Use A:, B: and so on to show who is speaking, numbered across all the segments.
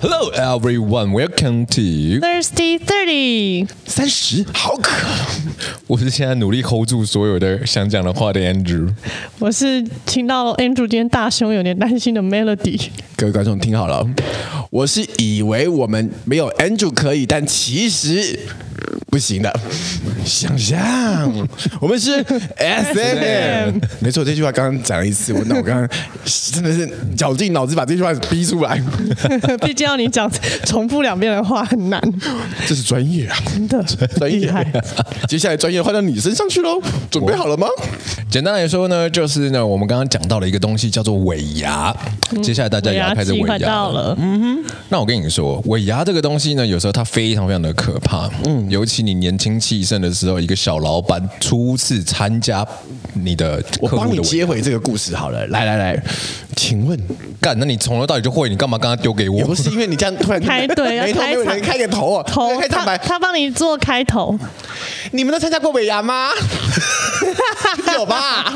A: Hello everyone, welcome to
B: Thirsty Thirty，
A: 三十好渴。我是现在努力 hold 住所有的想讲的话的 Andrew。
B: 我是听到 Andrew 今天大胸，有点担心的 Melody。
C: 各位观众听好了，我是以为我们没有 Andrew 可以，但其实不行的。想象，我们是 S M，没错，这句话刚刚讲了一次，我那我刚刚真的是绞尽脑汁把这句话逼出 来，
B: 毕竟要你讲重复两遍的话很难，
C: 这是专业啊，
B: 真的
C: 专
B: 厉
C: 业
B: 害。。
C: 接下来专业换到你身上去喽，准备好了吗？
A: 简单来说呢，就是呢，我们刚刚讲到了一个东西叫做尾牙，
B: 嗯
A: 接下来大家也要开始尾
B: 期
A: 牙
B: 快啊到了，嗯，
A: 那我跟你说，尾牙这个东西呢，有时候它非常非常的可怕。嗯，尤其你年轻气盛的时候，一个小老板初次参加你的
C: 我
A: 客
C: 帮
A: 户
C: 你
A: 的尾
C: 接
A: 牙，
C: 回这个故事好了，来来来，请问，
A: 干，那你从头到尾就会，你干嘛刚刚丢给
C: 也
A: 我
C: 不？是因为你这样突然
B: 开 对要
C: 没头没尾
B: 开场
C: 的开个头哦，
B: 头
C: 开场
B: 他
C: 白，
B: 他帮你做开头，
C: 你们都参加过尾牙 吗？有吧？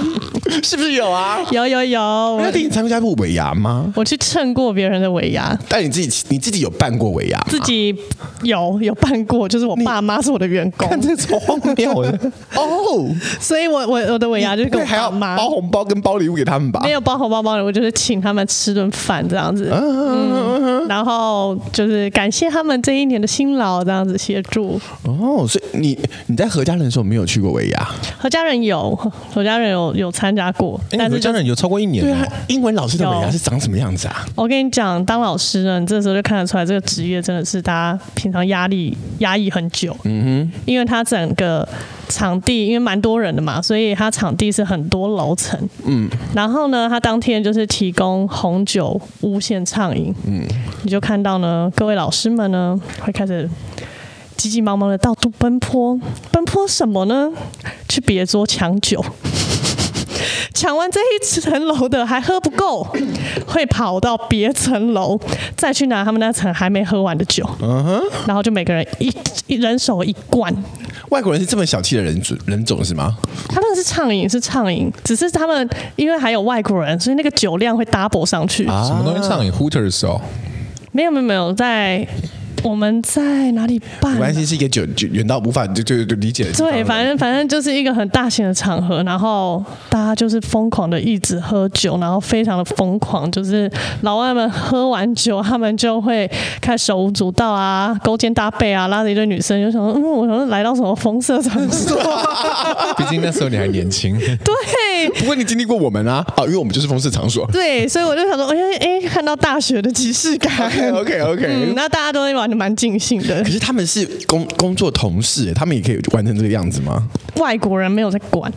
C: 是不是有啊？
B: 有有有，
C: 那
B: 我
C: 你参加过尾牙吗？
B: 我去蹭过别人的尾牙，
C: 但你自己你自己有办过尾牙吗？
B: 自己有有办过，就是我爸妈是我的员
C: 啊
B: 工，
C: 超荒谬的 哦！
B: 所以我我我的尾牙就是跟
C: 对，
B: 我
C: 还要
B: 爸妈
C: 包红包跟包礼物给他
A: 啊
C: 们吧
B: 没？有包红包包的，我就是请他们吃顿饭这样子，
A: 啊
B: 嗯，然后就是感谢他们这一年的辛劳，这样子协助。
C: 哦，所以你你在何家人的时候没有去过尾牙？
B: 何家人有，何家人有有参加过，
A: 哎，
B: 但
A: 你
B: 是
A: 们
B: 就
A: 家
B: 是
A: 人有超过一年
C: 对
A: 吗
C: 啊？，英文老师的尾牙是长什么样子啊？
B: 我跟你讲，当老师呢，你这时候就看得出来，这个职业真的是大家平常压力压抑很久，嗯哼，因为它整个场地因为蛮多人的嘛，所以它场地是很多楼层，嗯，然后呢，它当天就是提供红酒无限畅饮，嗯，你就看到呢，各位老师们呢会开始。急急忙忙的到处奔波，奔波什么呢？去别桌抢酒。抢完这一层楼的还喝不够，会跑到别层楼再去拿他们那层还没喝完的酒，
C: 嗯
B: 然后就每个人一一人手一罐。
C: 外国人是这么小气的人种人种是吗？
B: 他们是畅饮，是畅饮，只是他们因为还有外国人，所以那个酒量会 double 上去。
A: 什么东西上瘾？Hooters 哦，
B: 没有没有没有，在我们在哪里办
C: 没
B: 啊？
C: 关系，是一个久久远到无法就就就理解的地方
B: 对，反正反正就是一个很大型的场合，然后大家就是疯狂的一直喝酒，然后非常的疯狂，就是老外们喝完酒，他们就会开始手舞足蹈啊，勾肩搭背啊，拉着一堆女生，就想说，嗯，我想说来到什么风色场所？
A: 毕竟那时候你还年轻。
B: 对。
C: 不过你经历过我们啊，啊，因为我们就是风市场 所。
B: 对，所以我就想说，哎、哎、看到大学的即视感
C: OK OK，、
B: 嗯，那大家都会玩的蛮尽兴 的
C: 可。是他们是工工作同事，他们也可以完成这个样子吗？
B: 外国人没有在管。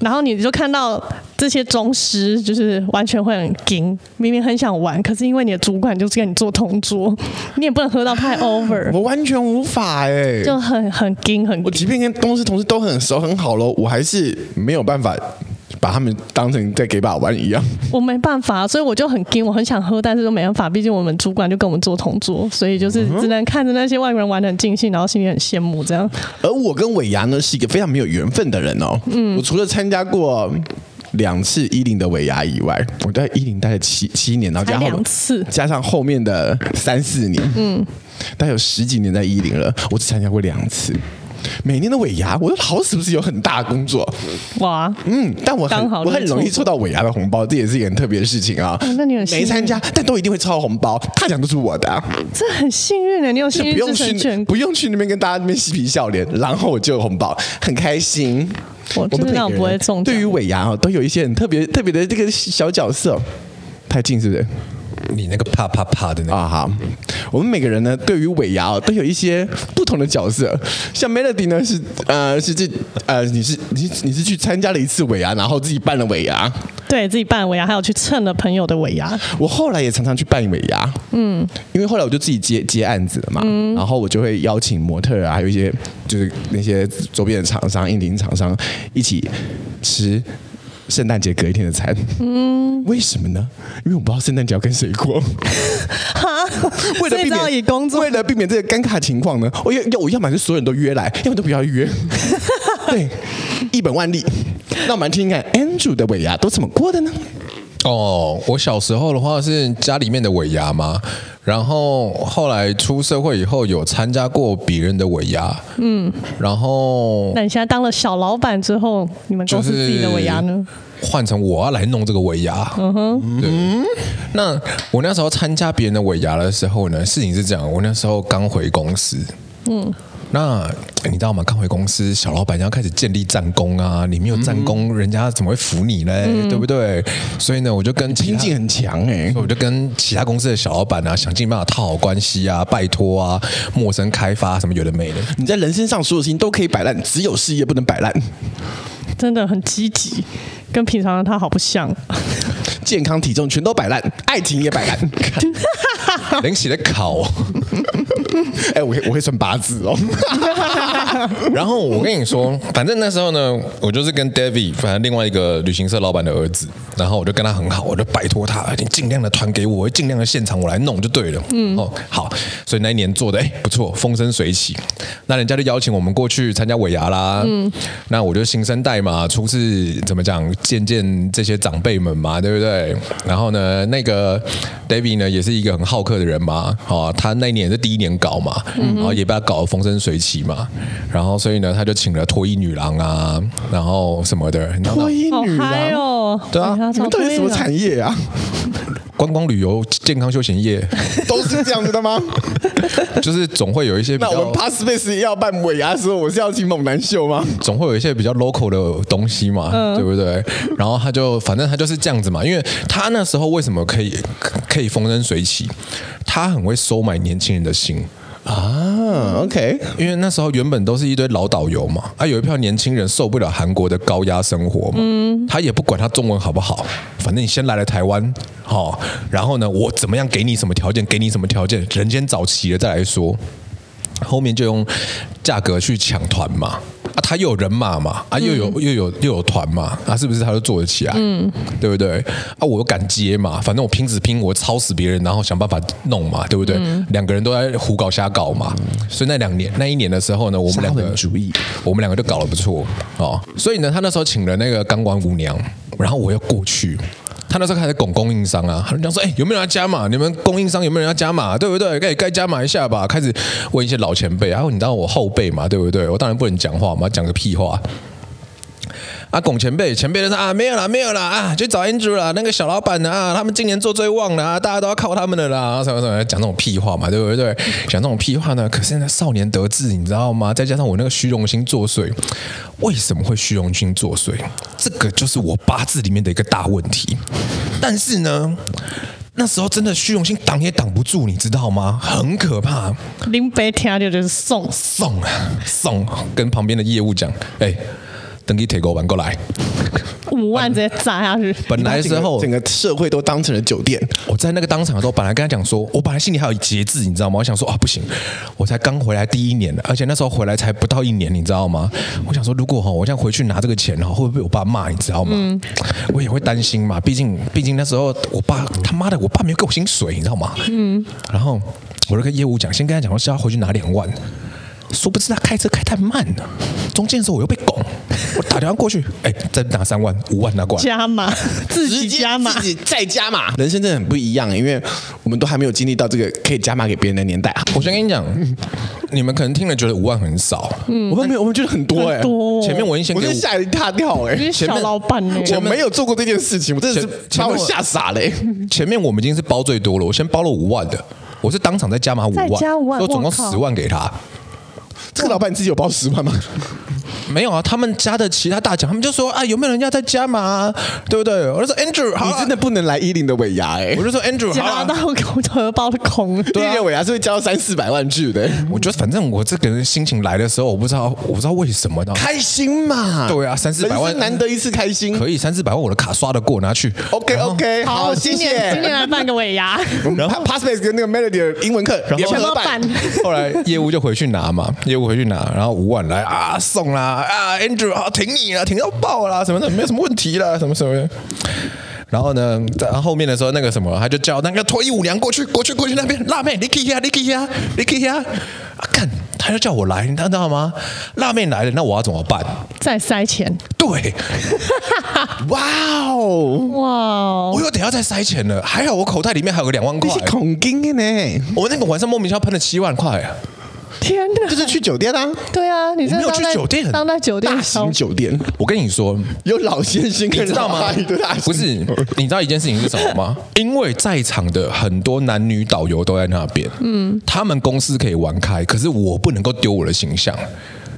B: 然后你就看到这些宗师，就是完全会很惊，明明很想玩，可是因为你的主管就是跟你做同桌，你也不能喝到太 over，
C: 我完全无法哎、
B: 就很很惊很
C: 我
B: 惊。
C: 即便跟公司同事都很熟很好喽，我还是没有办法把他们当成在给把玩一样。
B: 我没办法，所以我就很惊，我很想喝，但是都没办法，毕竟我们主管就跟我们做同桌，所以
C: 嗯
B: 就是只能看着那些外国人玩的很尽兴，然后心里很羡慕这样。
C: 而我跟尾牙呢是一个非常没有缘分的人哦。嗯，我除了参加过两次一零的尾牙以外，我在一零待了七七年，然后加
B: 才
C: 后
B: 两次
C: 加上后面的三四年，嗯，大概有十几年在一零了，我只参加过两次。每年的尾牙，我都好死不死有很大的工作，
B: 哇，
C: 嗯，但我很
B: 刚好
C: 我很
B: 就是
C: 容易抽到尾牙的红包，这也是一个很特别的事情啊。
B: 那你很幸
C: 没
B: 运
C: 参加，但都一定会抽到红包，大奖都是我的啊、
B: 这很幸运欸的，你有
C: 就
B: 幸
C: 不
B: 运
C: 用
B: 之神
C: 去
B: 全
C: 不用去那边跟大家那边嬉皮笑脸，然后我就有红包，很开心。
B: 我
C: 们
B: 就是那种
C: 每个人
B: 不会中奖
C: 对于尾牙哦，都有一些很特别特别的这个小角色。太近是不是？
A: 你那个啪啪啪的那个，
C: 啊好，我们每个人呢，对于尾牙哦，都有一些不同的角色。像 Melody 呢是呃是这呃你是你你是去参加了一次尾牙，然后自己办了尾牙。
B: 对自己办的尾牙，还有去蹭了朋友的尾牙，
C: 我后来也常常去办尾牙，嗯，因为后来我就自己接接案子了嘛，然后我就会邀请模特儿啊，还有一些就是那些周边的厂商、印零厂商一起吃。圣诞节隔一天的餐，嗯，为什么呢？因为我不知道圣诞节要跟谁 过， 为了
B: 所以
C: 避
B: 只好
C: 免
B: 以工作
C: 为了避免这个尴尬情况呢，我要要我要么是所有人都约来，要么都不要 约，对，一本万利。那我们来听听看 Andrew 的尾牙都怎么过的呢？
A: 哦，我小时候的话是家里面的尾牙嘛，然后后来出社会以后有参加过别人的尾牙，嗯，然后
B: 那你现在当了小老板之后，你们公
A: 就
B: 司
A: 是
B: 自己的尾牙呢？
A: 换成我要来弄这个尾牙。嗯哼，对。那我那时候参加别人的尾牙的时候呢，事情是这样，我那时候刚回公司，嗯。那你知道吗？刚回公司，小老板要开始建立战功啊！你没有战功，
B: 嗯
A: 人家怎么会服你嘞？对不对？所以呢，我就跟其
C: 经
A: 他
C: 济很强哎、
A: 所以我就跟其他公司的小老板啊，想尽办法套好关系啊，拜托啊，陌生开发什么有的没的。
C: 你在人身上所有事情都可以摆烂，只有事业不能摆烂。
B: 真的很积极，跟平常的他好不像。啊
C: 健康、体重全都摆烂，爱情也摆烂。
A: 零起的考，
C: 哎、我会我会算八字哦。
A: 然后我跟你说，反正那时候呢，我就是跟 David，反正另外一个旅行社老板的儿子，然后我就跟他很好，我就拜托他，你尽量的团给我，我会尽量的现场我来弄就对了。嗯，哦，好，所以那一年做的哎不错，风生水起。那人家就邀请我们过去参加尾牙啦，嗯，那我就新生代嘛，初次怎么讲，见见这些长辈们嘛，对不对？然后呢，那个 David 呢也是一个很好客的人嘛，哦，他那一年也是第一年搞嘛，
C: 嗯
A: 然后也被他搞得风生水起嘛，然后所以呢，他就请了脱衣女郎啊，然后什么的，你知道
C: 脱衣
B: 好
C: 女
B: 嗨
C: 郎，
B: 哦！
A: 对
B: 哎
A: 啊
B: 呀
C: 你们到底是什么？
B: 找对了
C: 产业啊？
A: 观光旅游、健康休闲业，
C: 都是这样子的 吗？
A: 就是总会有一些 比
C: 那我们 p
A: 较，
C: a s s p a c e 要办尾牙的时候，我是要请猛男秀吗？
A: 总会有一些比较 local 的东西嘛，对不对？然后他就反正他就是这样子嘛，因为他那时候为什么可以可以风生水起，他很会收买年轻人的心。
C: 啊，OK，
A: 因为那时候原本都是一堆老导游嘛，啊，有一票年轻人受不了韩国的高压生活嘛，他也不管他中文好不好，反正你先来了台湾，好、然后呢，我怎么样给你什么条件，给你什么条件，人先找齐了再来说，后面就用价格去抢团嘛。啊，他又有人马嘛，
C: 嗯
A: 啊，又有、又有又有团嘛，啊，是不是他就做得起来？嗯，对不对？啊，我又敢接嘛，反正我拼死拼活超死别人，然后想办法弄嘛，对不对？
C: 嗯
A: 两个人都在胡搞瞎搞嘛，所以那两年那一年的时候呢，我们两
C: 沙
A: 个
C: 文主义
A: 我们两个就搞得不错哦。所以呢，他那时候请了那个钢管舞娘，然后我又过去。他那时候开始拱供应商啊，他就讲说：“哎、有没有人要加码？你们供应商有没有人要加码？对不对？该该加码一下吧。”开始问一些老前辈，然、啊、后你当我后辈嘛，对不对？我当然不能讲话嘛，讲个屁话。啊，拱前辈，前辈就说啊，没有啦，没有啦，啊，去找 Andrew 啦，那个小老板啊，他们今年做最旺啦，大家都要靠他们的啦，啊什么什么，讲这种屁话嘛，对不对？讲这种屁话呢，可是呢，少年得志，你知道吗？再加上我那个虚荣心作祟，为什么会虚荣心作祟？这个就是我八字里面的一个大问题。但是呢。那时候真的虚荣心挡也挡不住，你知道吗？很可怕。
B: 林北听到就是送死，
A: 送啊送，跟旁边的业务讲，哎、等你铁狗板过来。
B: 五万直接砸下去。
A: 本来之后，
C: 整个社会都当成了酒店，
A: 我在那个当场的时候，本来跟他讲说，我本来心里还有节制，你知道吗？我想说啊，不行，我才刚回来第一年，而且那时候回来才不到一年，你知道吗？我想说，如果哈，我现在回去拿这个钱哈，会不会被我爸骂？你知道吗？我也会担心嘛，毕竟毕竟那时候我爸他妈的，我爸没有给我薪水，你知道吗？嗯，然后我就跟业务讲，先跟他讲说是要回去拿两万。殊不知他开车开太慢了，中间的时候我又被拱，我打电话过去，哎、再拿三万、五万拿过来，
B: 加码，自
C: 直
B: 己
C: 接
B: 加码，
C: 自己再加码，人生真的很不一样，因为我们都还没有经历到这个可以加码给别人的年代。
A: 我先跟你讲，你们可能听了觉得五万很少，
C: 我们没有，我们觉得很多哎、
B: 嗯很多哦
A: 前面我已经先
C: 我
A: 给
C: 真的
A: 五
C: 吓一大跳哎、
B: 你是小老板欸呢、
C: 我没有做过这件事情，我真的是
A: 前前
C: 把
A: 面
C: 我
A: 我
C: 吓傻欸嘞、
A: 前面我们已经是包最多了，我先包了五万的，我是当场再加码五万，
B: 再加五万
A: 所以我总
B: 哇
A: 共
B: 靠
A: 十万给他。
C: 这个老板你自己有包十万吗？
A: 没有啊，他们加的其他大奖，他们就说啊，有没有人要再加码、啊，对不对？我就说 Andrew，好
C: 你
A: 啊
C: 真的，不能来一零的尾牙哎、
A: 我就说 Andrew，好
B: 加
A: 啊
B: 到荷包都空了。
C: 一零的 尾牙是会交到三四百万去的、
A: 我觉得反正我这个人心情来的时候，我不知道，我不知道为什么呢？
C: 开心嘛？
A: 对啊三四百
C: 人
A: 万
C: 生难得一次开心。
A: 可以三四百万，我的卡刷得过，拿去。
C: OK OK，好，谢
B: 今年今
C: 谢。
B: 年来办个尾牙，
C: 我们 Passpace 跟那个 Melody 的英文课联
B: 全
C: 合
B: 部
C: 办
B: 办。。
A: 后来业务就回去拿嘛，业务回去拿，然后五万来啊送啦啊 Andrew 啊挺你啦，挺到爆啦，什么的没有什么问题啦，什么什么的。然后呢，在后面的时候，那个什么，他就叫那个脱衣舞娘过去，过去，过去那边，辣妹，你可以呀，你可以呀，你可以呀。啊，看他他就叫我来，你知道吗？辣妹来了，那我要怎么办？
B: 再塞钱，
A: 对，
C: 哇哦，
B: 哇哦，
A: 我又得要再塞钱了。还好我口袋里面还有个两万
C: 你
A: 块
C: 是，恐惊的呢？
A: 我那个晚上莫名其妙喷了七万块啊。
B: 天哪！
C: 就是去酒店啊，
B: 对啊，你这
A: 我没有
B: 当
A: 去
B: 在
A: 酒店
B: 当在酒店
C: 大
B: 消
C: 型酒店
A: 我跟你说，
C: 有老先生
A: 你
C: 跟
A: 知
C: 老
A: 道吗
C: 阿姨的大？型
A: 不是，你知道一件事情是什么 吗？因为在场的很多男女导游都在那边，嗯，他们公司可以玩开，可是我不能够丢我的形象。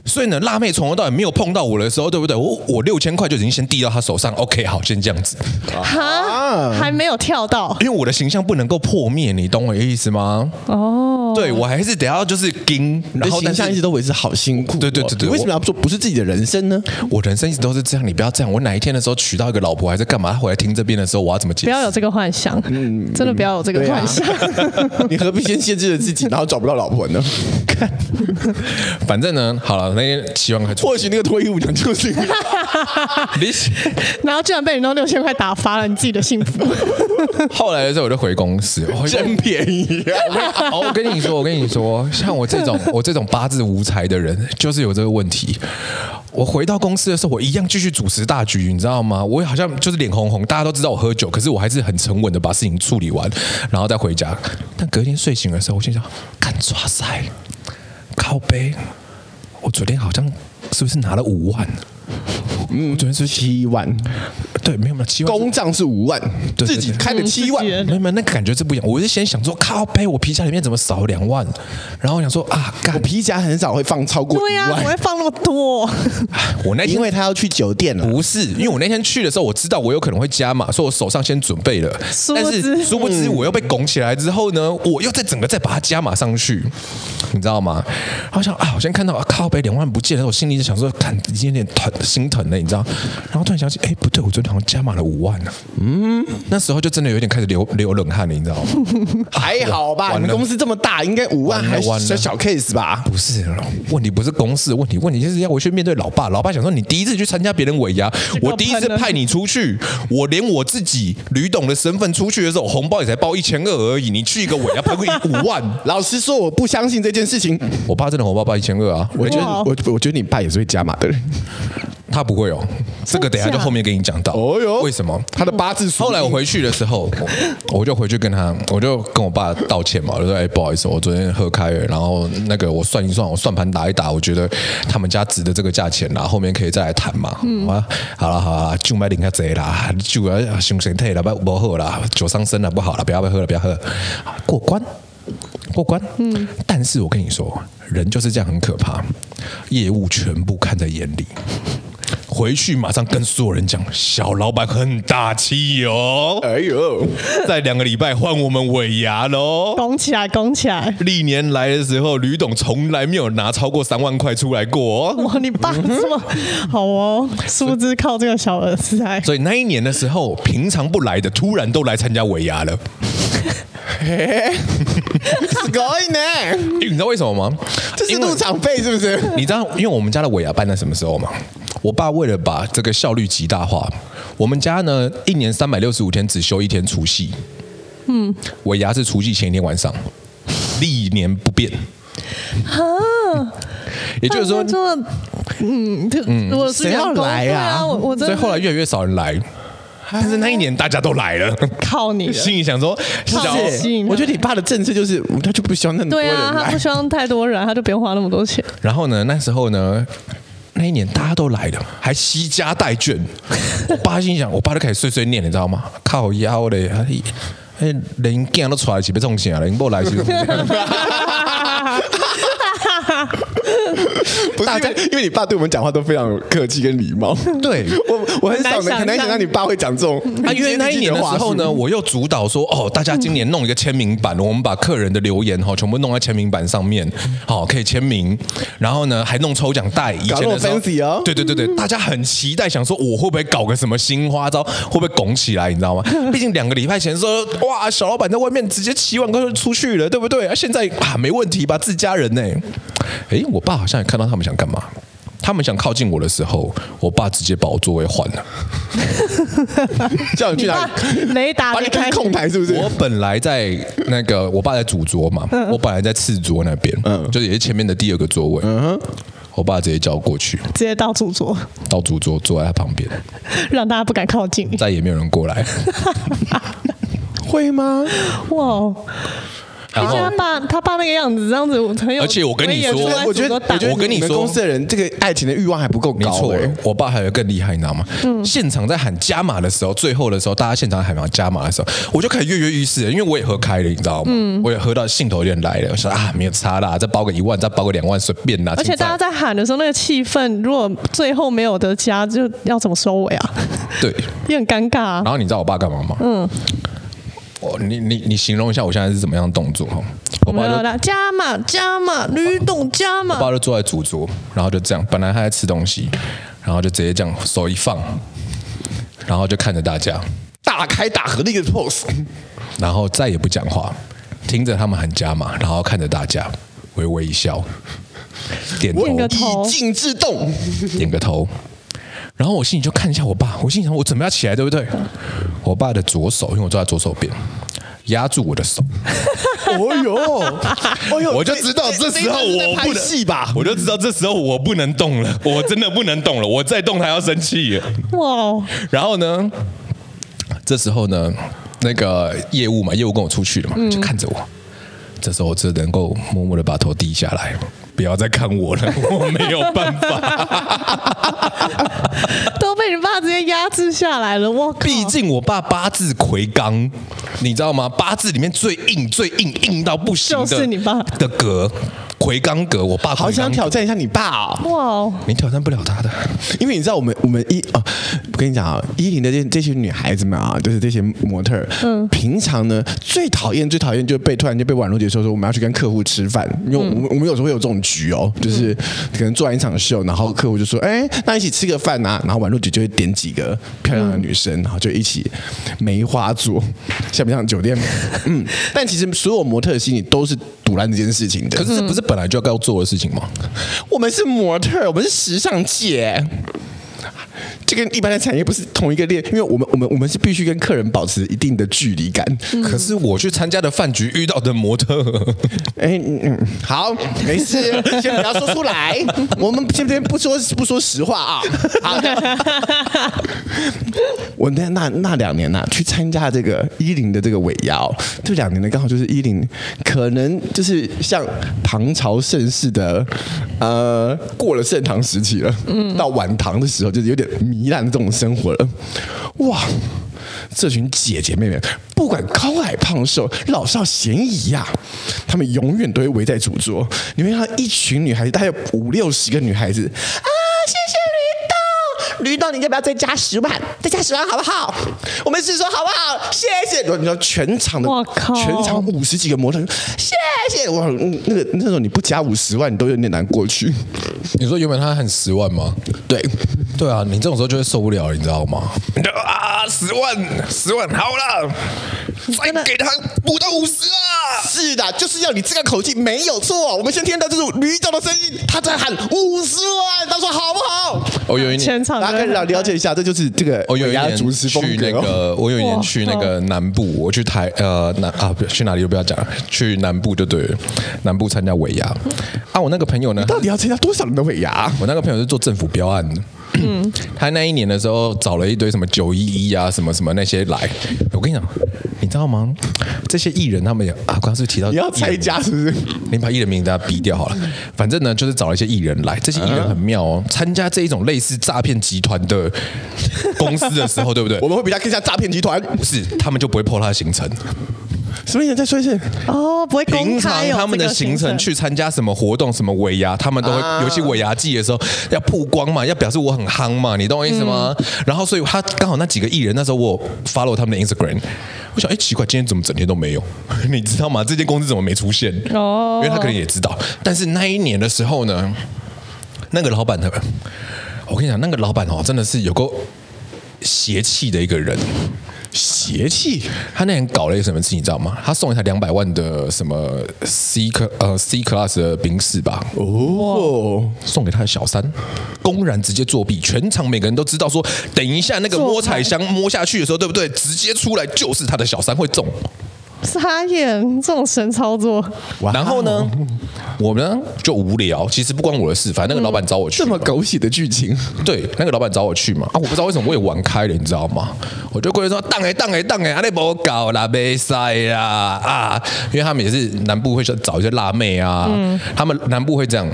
A: 所以呢，辣妹从头到尾没有碰到我的时候，对不对？我我六千块就已经先递到她手上，OK，好，先这样子，
B: 哈，
C: 啊
B: 还没有跳到
A: 因为我的形象不能够破灭，你懂我的意思吗？
B: 哦。
A: 对我还是得要就是盯，
C: 你的
A: 然后
C: 形
A: 但是
C: 象一直都维持好辛苦哦、
A: 对对对对
C: 你为什么要说不是自己的人生 呢？
A: 我人生一直都是这样，你不要这样。我哪一天的时候娶到一个老婆还是干嘛，她回来听这边的时候，我要怎么解
B: 不
A: 释？
B: 要有这个幻想，真的不要有这个
C: 嗯对啊
B: 幻想。
C: 你何必先限制了自己，然后找不到老婆 呢？
A: 反正呢，好了，那天七万块出，
C: 或许那个脱衣舞娘就是你
A: 你
B: 然后居然被你弄六千块打发了，你自己的幸福。
A: 后来的时候我就回公司，我回
C: 真便宜啊！
A: 哦，我跟你说，我跟你说，像我这种我这种八字无才的人，就是有这个问题。我回到公司的时候，我一样继续主持大局，你知道吗？我好像就是脸红红，大家都知道我喝酒，可是我还是很沉稳的把事情处理完，然后再回家。但隔天睡醒的时候，我心想：干抓塞，靠背，我昨天好像是不是拿了五万？
C: 嗯，昨天是七万，
A: 对，没有没有，七 万
C: 公账是五万，
A: 对对
C: 自己开的七万
B: 嗯自己，的
A: 没有没有，那个感觉是不一样。我是先想说，靠背，我皮夹里面怎么少两万？然后我想说啊，干
C: 我，皮夹很少会放超过
B: 对
C: 一
B: 呀、 啊，怎么
C: 万
B: 会，放那么多？
A: 我那天
C: 因为他要去酒店了。
A: 哎不是，因为我那天去的时候，我知道我有可能会加码，所以我手上先准备了。
B: 殊不
A: 但
B: 知
A: 是殊不知我又被拱起来之后呢，我又再整个再把它加码上去，你知道吗？然后想啊，我先看到啊靠北两万不见了，我心里就想说，看已经有点疼心疼了，你知道？然后突然想起，哎，不对，我昨天好像加码了五万呢、嗯，那时候就真的有点开始流流冷汗了，你知道吗？
C: 还好吧，
A: 完
C: 你
A: 了
C: 们公司这么大，应该五万
A: 完了
C: 还
A: 完了
C: 小小 case 吧？
A: 不是问题，不是公事问题，问题就是要我去面对老爸。老爸想说，你第一次去参加别人尾牙，
B: 果
A: 我第一次
C: 啊
B: 喷了
A: 派你出去，我连我自己吕董的身份出去的时候，红包也才包一千二而已，你去一个尾 牙喷个一五万，
C: 老实说，我不相信这件事情。
A: 我爸真的红包包一千二啊，
C: 我
A: 我
C: 觉得，
B: 哇哦
C: 我我觉得你爸也是会加码的人。
A: 他不会哦，这个等一下就后面跟你讲到。
C: 哦哟
A: 为什么？
C: 他的八字属于
A: 后来我回去的时候，我我就回去跟他，我就跟我爸道歉嘛，我就说：“哎，不好意思，我昨天喝开了，然后那个我算一算，我算盘打一打，我觉得他们家值的这个价钱啦，后面可以再来谈嘛。”嗯，好了好了，酒买点下贼啦，酒啊胸神退了，不不喝啦，酒伤身了，不好了，不要不要喝了，不要喝了，过关。过关，嗯，但是我跟你说，人就是这样很可怕，业务全部看在眼里，回去马上跟所有人讲，小老板很大气哦，
C: 哎 呦，
A: 在两个礼拜换我们尾牙喽。
B: 拱起来，拱起来！
A: 历年来的时候，吕董从来没有拿超过三万块出来过、哦。
B: 哇，你爸 这么好哦，殊不知靠这个小儿子来。
A: 所以那一年的时候，平常不来的，突然都来参加尾牙了。
C: すごい呢！
A: 因为你知道为什么吗？
C: 这是
A: 因为
C: 入场费是不是？
A: 你知道，因为我们家的尾牙办在什么时候吗？我爸为了把这个效率极大化，我们家呢一年三百六十五天只休一天除夕。嗯，尾牙是除夕前一天晚上，历年不变。也就是说，
B: 做，嗯，就如果是
C: 谁要
B: 员工
C: 来啊
B: 对啊，我我真
A: 所以
B: 的
A: 后来越来越少人来，但是那一年大家都来了，
B: 靠你了。
A: 心里想说，小
B: 好吸引他
C: 我觉得你爸的政策就是，他就不希望那么多
B: 对
C: 人
B: 啊，他
C: 来
B: 不。希望太多人，他就不用花那么 多钱。
A: 然后呢，那时候呢，那一年大家都来了，还惜家带眷。我爸心想，我爸就开始碎碎念，你知道吗？靠腰嘞，哎，哎人囝都出来是被冲醒啊，人不来是不是
C: 不是因为因为你爸对我们讲话都非常有客气跟礼貌。
A: 对。
C: 我我很少
B: 很难想
C: 能很难想
B: 象
C: 象你爸会讲这种。
A: 啊，因为 那一年的时候呢，，我又主导说，哦，大家今年弄一个签名版，我们把客人的留言哈、哦、全部弄在签名版上面，好、可以签名。然后呢，还弄抽奖袋，以前的时
C: 搞得
A: 候，
C: 我 fancy 哦
A: 对对对对，大家很期待，想说我会不会搞个什么新花招，会不会拱起来，你知道 吗？毕竟两个礼拜前说，哇，小老板在外面直接七万块就出去了，对不对？啊，现在啊没问题吧，自家人呢、诶哎，我爸好像也看到他们想干嘛。他他们想靠近我的时候，我爸直接把我座位换了。
C: 叫你去
B: 你
C: 哪
B: 爸
C: 里？
B: 雷达
C: 把
B: 没
C: 你
B: 开
C: 跟，空台是不是？
A: 我本来在那个我爸在主桌嘛，
B: 嗯
A: 我本来在次桌那边，就是也是前面的第二个座位。
B: 嗯
A: 我爸直接叫我过去，
B: 直接到处坐，
A: 到主桌坐在 他旁边，
B: 让大家不敢靠近你。
A: 再也没有人 过来。
C: 会吗？
B: 哇！哦
A: 然
B: 而
A: 后
B: 且他爸他爸那个样子，这样子我很有。
A: 而且我跟你说
B: 也
C: 我觉得，
B: 打
C: 我觉得
A: 我跟你
C: 们
A: 说
C: 公司的人这个爱情的欲望还不够
A: 没
C: 高、
A: 错
C: 欸。，
A: 我爸还有更厉害，你知道吗？
B: 嗯
A: 现场在喊加码的时候，最后的时候，大家现场喊加码的时候，我就开始跃跃欲试了，因为我也喝开了，你知道吗？
B: 嗯
A: 我也喝到兴头有点来了，我想啊，没有差啦，再包个一万，再包个两万，随便啦。
B: 而且
A: 现在
B: 大家在喊的时候，那个气氛，如果最后没有得加，就要怎么收尾啊？
A: 对，
B: 也很尴尬啊
A: 然。后你知道我爸干嘛吗？嗯，我你你你形容一下我现在是怎么样的动作哈？我
B: 我
A: 爸
B: 们
A: 就
B: 有啦，加码加码，吕董加
A: 我爸
B: 码，
A: 就坐在主桌，然后就这样，本来他在吃东西，然后就直接这样手一放，然后就看着大家，
C: 大开大合的一个 pose，
A: 然后再也不讲话，听着他们喊加码，然后看着大家微微一笑，点头
B: 点个头
C: 以静制 动。
A: 点个头。然后我心里就看一下我爸，我心想我准备要起来，对不对？我爸的左手，因为我坐在左手边，压住我的手，
C: 哦 呦，哦呦，
A: 我就知道这时候我不
C: 拍
A: 能
C: 戏吧？
A: 我就知道这时候我不能动了， 我真的不能动了，我再动他要生气了。
B: 哇！
A: 然后呢，这时候呢，那个业务嘛，业务跟我出去了嘛，
B: 嗯
A: 就看着我。这时候我只能够默默的把头低下来，不要再看我了， 我没有办 法。
B: 都被你爸直接压制下来了，我靠！
A: 毕竟我爸八字魁罡，你知道吗？八字里面最硬、最硬、硬到不行的，
B: 就是你爸
A: 的格，魁罡格。我爸
C: 好
A: 魁罡
C: 想
A: 格
C: 挑，战一下你爸哦，
B: 哇！
A: 你挑战不了他的。
C: 因为你知道我们我们一啊，我跟你讲啊，一零的这这些女孩子们啊，就是这些模特，嗯，平常呢最讨厌最讨厌就是被突然间被宛如姐说说我们要去跟客户吃饭，因为
A: 嗯
C: 我们、我们有时候会有这种局哦，就是可能做完一场秀，然后客户就说，哎，那一起吃个饭啊，然后宛如姐就会点几个漂亮的女生，
A: 嗯
C: 然后就一起梅花座，像不像酒店？嗯，但其实所有模特的心里都是堵拦这件事情的。
A: 可是这不是本来就要该做的事情吗？
C: 我们是模特，我们是时尚界。这跟一般的产业不是同一个链，因为我们我们我们是必须跟客人保持一定的距离感。
A: 可是我去参加的饭局遇到的模 特，
C: 哎、嗯嗯，好，没事，先不要说出来，我们先先不说不说实话啊。好的，我那那那两年呐、去参加这个一零的这个尾牙、哦，这两年呢刚好就是一零，可能就是像唐朝盛世的，呃，过了盛唐时期了，嗯，到晚唐的时候，就是有点糜烂的这种生活了，哇。这群姐姐妹妹，不管高矮胖瘦、老少咸宜呀、她们永远都会围在主桌。你会看到一群女孩子，大概啊有五六十个女孩子啊，谢谢哦驴豆，驴豆，你要不要再加十万？再加十万好不好？我们是说好不好？谢谢。然后你知道全场的，
B: 我靠
C: 全场五十几个模特，谢谢。哇，嗯那个那种你不加五十万，你都有点难过去。
A: 你说原本他很十万吗？
C: 对，
A: 对啊，你这种时候就会受不了，你知道吗？你就啊，十万，十万，好了，再给他补到五十啊！
C: 是的，就是要你这个口气没有错。我们先听到这种驴叫的声音，他在喊五十万，他说好不好？
A: 我有一
B: 全
A: 年，
B: 场
C: 大家可以了了解一下，这就是这个
A: 哦我有一
C: 家
A: 年
C: 主持风
A: 去
C: 格
A: 那
C: 哦。
A: 个，我有一年去那个南部，我去台呃南啊，不去哪里就不要讲了，去南部就对了，南部参加尾牙啊，我那个朋友呢，
C: 到底要参加多少人的尾牙？
A: 我那个朋友是做政府标案的。他那一年的时候找了一堆什么九一一啊，什么什么那些来。我跟你讲，你知道吗？这些艺人他们也啊，刚刚是不是提到
C: 你要
A: 艺人
C: 参加是不是？
A: 你把艺人名给大家逼掉好了。反正呢，就是找了一些艺人来，这些艺人很妙哦。
C: 嗯
A: 参加这一种类似诈骗集团的公司的时候，对不对
C: 我？们会比他更像诈骗集团。
A: 不是，他们就不会破他的行程。
C: 什么意思？再说一次。
B: 哦，不会公
A: 平
B: 开
A: 常
B: 有
A: 他们的
B: 这个
A: 行
B: 行
A: 程去参加什么活动、什么尾牙，他们都会，
C: 啊
A: 尤其尾牙季的时候要曝光嘛，要表示我很夯嘛，你懂我意思吗？
B: 嗯
A: 然后所以他刚好那几个艺人，那时候我有 follow 他们的 Instagram，我想哎奇怪，今天怎么整天都没有？你知道吗？这间公司怎么没出现？
B: 哦
A: 因为他可能也知道，但是那一年的时候呢，那个老板呢，我跟你讲，那个老板哦，真的是有够邪气的一个人。
C: 邪气，
A: 他那天搞了一个什么事情，你知道吗？他送一台两百万的什么 C 克呃 C class 的宾士吧，
C: 哦，
A: 送给他的小三，公然直接作弊，全场每个人都知道说，等一下那个摸彩箱摸下去的时候，对不对？直接出来就是他的小三会中。
B: 傻眼，这种神操作，
C: 哇哦
A: 然后呢，我呢就无聊，其实不关我的事，反
C: 嗯
A: 正那个老板找我去
C: 这
A: 嘛，
C: 么狗血的剧情，
A: 对，那个老板找我去嘛，啊，我不知道为什么我也玩开了，你知道吗？我就过去说，当哎当哎当哎，阿内不搞啦，没塞啦啊，因为他们也是南部会找一些辣妹啊，他们南部会这样。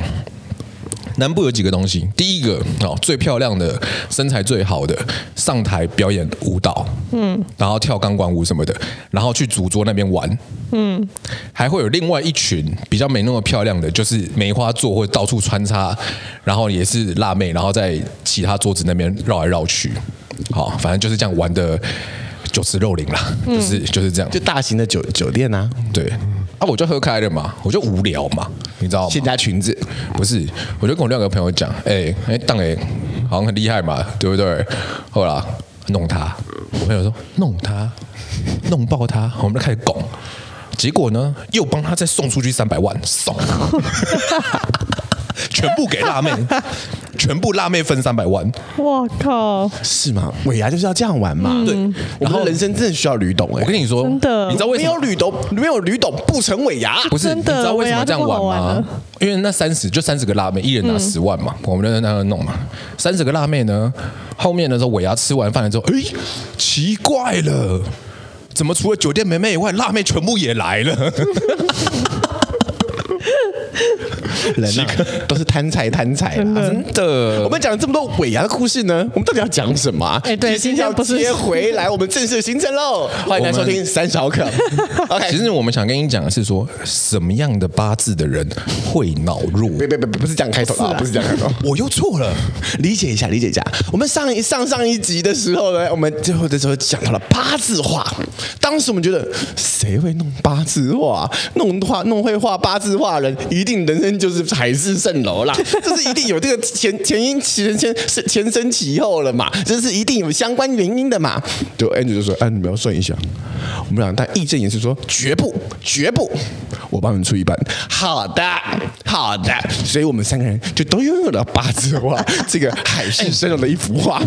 A: 南部有几个东西，第一个哦，最漂亮的、身材最好的上台表演舞蹈，嗯，然后跳钢管舞什么的，然后去主桌那边玩，嗯，还会有另外一群比较没那么漂亮的，就是梅花座或者到处穿插，然后也是辣妹，然后在其他桌子那边绕来绕去，好、反正就是这样玩的酒池肉林啦，就是就是这样
C: 就，大型的酒酒店啊，
A: 对。啊，我就喝开了嘛，我就无聊嘛，你知道吗？
C: 先加裙子，
A: 不是，我就跟我另外一个朋友讲，哎、哎，当哎、好像很厉害嘛，对不对？后来弄他，我朋友说弄他，弄爆他，我们就开始拱，结果呢，又帮他再送出去三百万，送， 全部给辣妹，全部辣妹分三百万，
B: 我靠，
C: 是吗？尾牙就是要这样玩嘛，对，嗯我们的人生真的需要吕董哎
A: 我，跟你说，
B: 真的
A: 你知道为
C: 没
A: 什么
C: 有？吕董，没有吕董不成尾牙，
A: 不是，
B: 真
A: 你
B: 的
A: 知道为什么这样玩
B: 尾牙就不好玩
A: 吗
B: 了？嗯
A: 因为那三十就三十个辣妹，一人拿十万嘛，我们就在那儿弄嘛。三十个辣妹呢，后面的时候尾牙吃完饭了之后，哎，奇怪了，怎么除了酒店妹妹以外，辣妹全部也来 了？
C: 人啊都是贪财贪财啊啦。
B: 真
A: 真的，
C: 我们讲了这么多尾牙的故事呢，我们到底要讲什么啊？
B: 哎对
C: 其实
B: 今天
C: 要
B: 不是
C: 接回来 我们正式的行程喽。欢迎大家收听三小 可。OK，
A: 其实我们想跟你讲的是说，什么样的八字的人会恼 弱？
C: 别别别，不是这样开头啊，不是这样开头。
A: 我又错了，
C: 理解一下，理解一下。我们上一上上一集的时候呢，我们最后的时候讲到了八字画。当时我们觉得，谁会弄八字画？弄画弄会画八字画的人，一定人生就是海市蜃楼啦。这是一定有这个前前因前前前生其后了嘛，这是一定有相关原因的嘛。就 Andrew 就说：“哎、你们要算一下。”我们俩但义正言辞说：“绝不，绝不，我帮你们出一半。”好的，好的。所以我们三个人就都拥有了八字 画这个海市蜃楼的一幅画。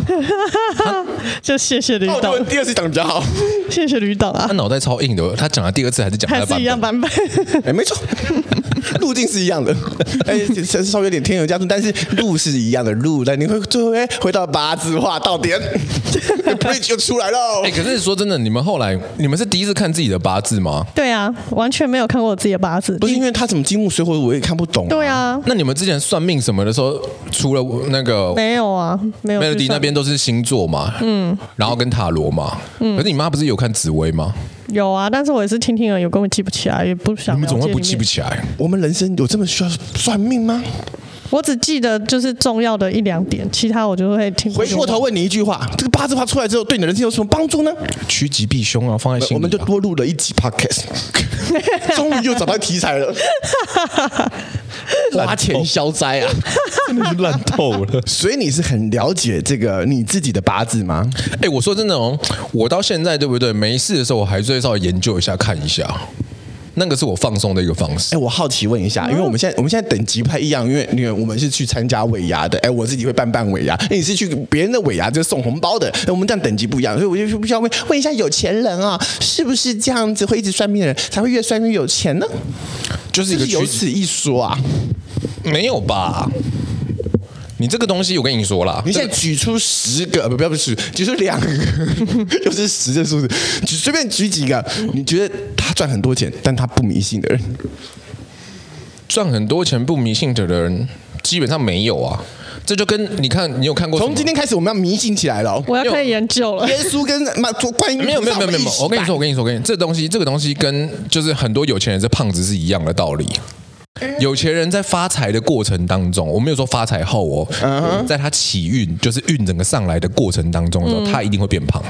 B: 就谢谢吕
C: 那我觉
B: 董
C: 得，第二次讲得比较好。
B: 谢谢吕董啊
A: 他，脑袋超硬的，他讲的第二次还是讲他
B: 还
A: 的版
B: 是一样
A: 本。
B: 版本，
C: 哎，没错， 路径是一样的，哎，稍稍微有点添油加醋，但是路是一样的路。但你会最后哎回到八字画到点 ，bridge 就出来喽
A: 哎、。可是说真的，你们后来你们是第一次看自己的八字吗？
B: 对啊，完全没有看过我自己的八字，
C: 不是因为他怎么金木水火，我也看不懂、
B: 对，啊，
A: 那你们之前算命什么的时候，除了那个
B: 没有啊，没有去
A: Melody
B: 算
A: 那边都是星座嘛，嗯，然后跟塔罗嘛，
B: 嗯
A: 可是你妈不是有看紫薇吗？
B: 有啊，但是我也是听听而已，我根本记不起来，也不想
A: 你们总
B: 了
A: 会
B: 解
A: 不
B: 里
A: 记不
B: 面
A: 起来？
C: 我们人生有这么需要算命吗？
B: 我只记得就是重要的一两点，其他我就会听不
C: 回
B: 懂。
C: 过头问你一句话：这个八字画出来之后，对你的人生有什么帮助呢？
A: 趋吉避凶啊，放在心里啊、
C: 我们就多录了一集 podcast，终于又找到题材了， 花钱消灾啊！
A: 真的是烂透了。
C: 所以你是很了解这个你自己的八字吗？
A: 哎、我说真的哦，我到现在对不对？没事的时候，我还是会稍微研究一下，看一下，那个是我放松的一个方式
C: 哎，。我好奇问一下，因为我们现在我们现在等级不太一样，因为因为我们是去参加尾牙的，哎，我自己会办办尾牙，那你是去别人的尾牙就是送红包的，哎我们这样等级不一样，所以我就不需要问问一下有钱人啊，是不是这样子会一直算命的人才会越算越有钱呢？
A: 就是一个
C: 是有
A: 趋吉
C: 此一说啊！
A: 没有吧？你这个东西，我跟你说啦，
C: 你现在举出十个，不不要不是，举出两个， 又是十的数字，举随便举几个，你觉得他赚很多钱，但他不迷信的人，
A: 赚很多钱不迷信的人，基本上没有啊。这就跟你看，你有看过什么
C: 从今天开始我们要迷信起来了哦。
B: 我要开始研究了。
C: 耶稣跟妈做观音
A: 没有没有没有没有，我跟你说，我跟你说，我跟你说，这东西这个东西跟就是很多有钱人是胖子是一样的道理。
C: 嗯
A: 有钱人在发财的过程当中，我没有说发财后哦，
C: 嗯
A: 在他起运，就是运整个上来的过程当中的时
C: 嗯
A: 候，他一定会变胖。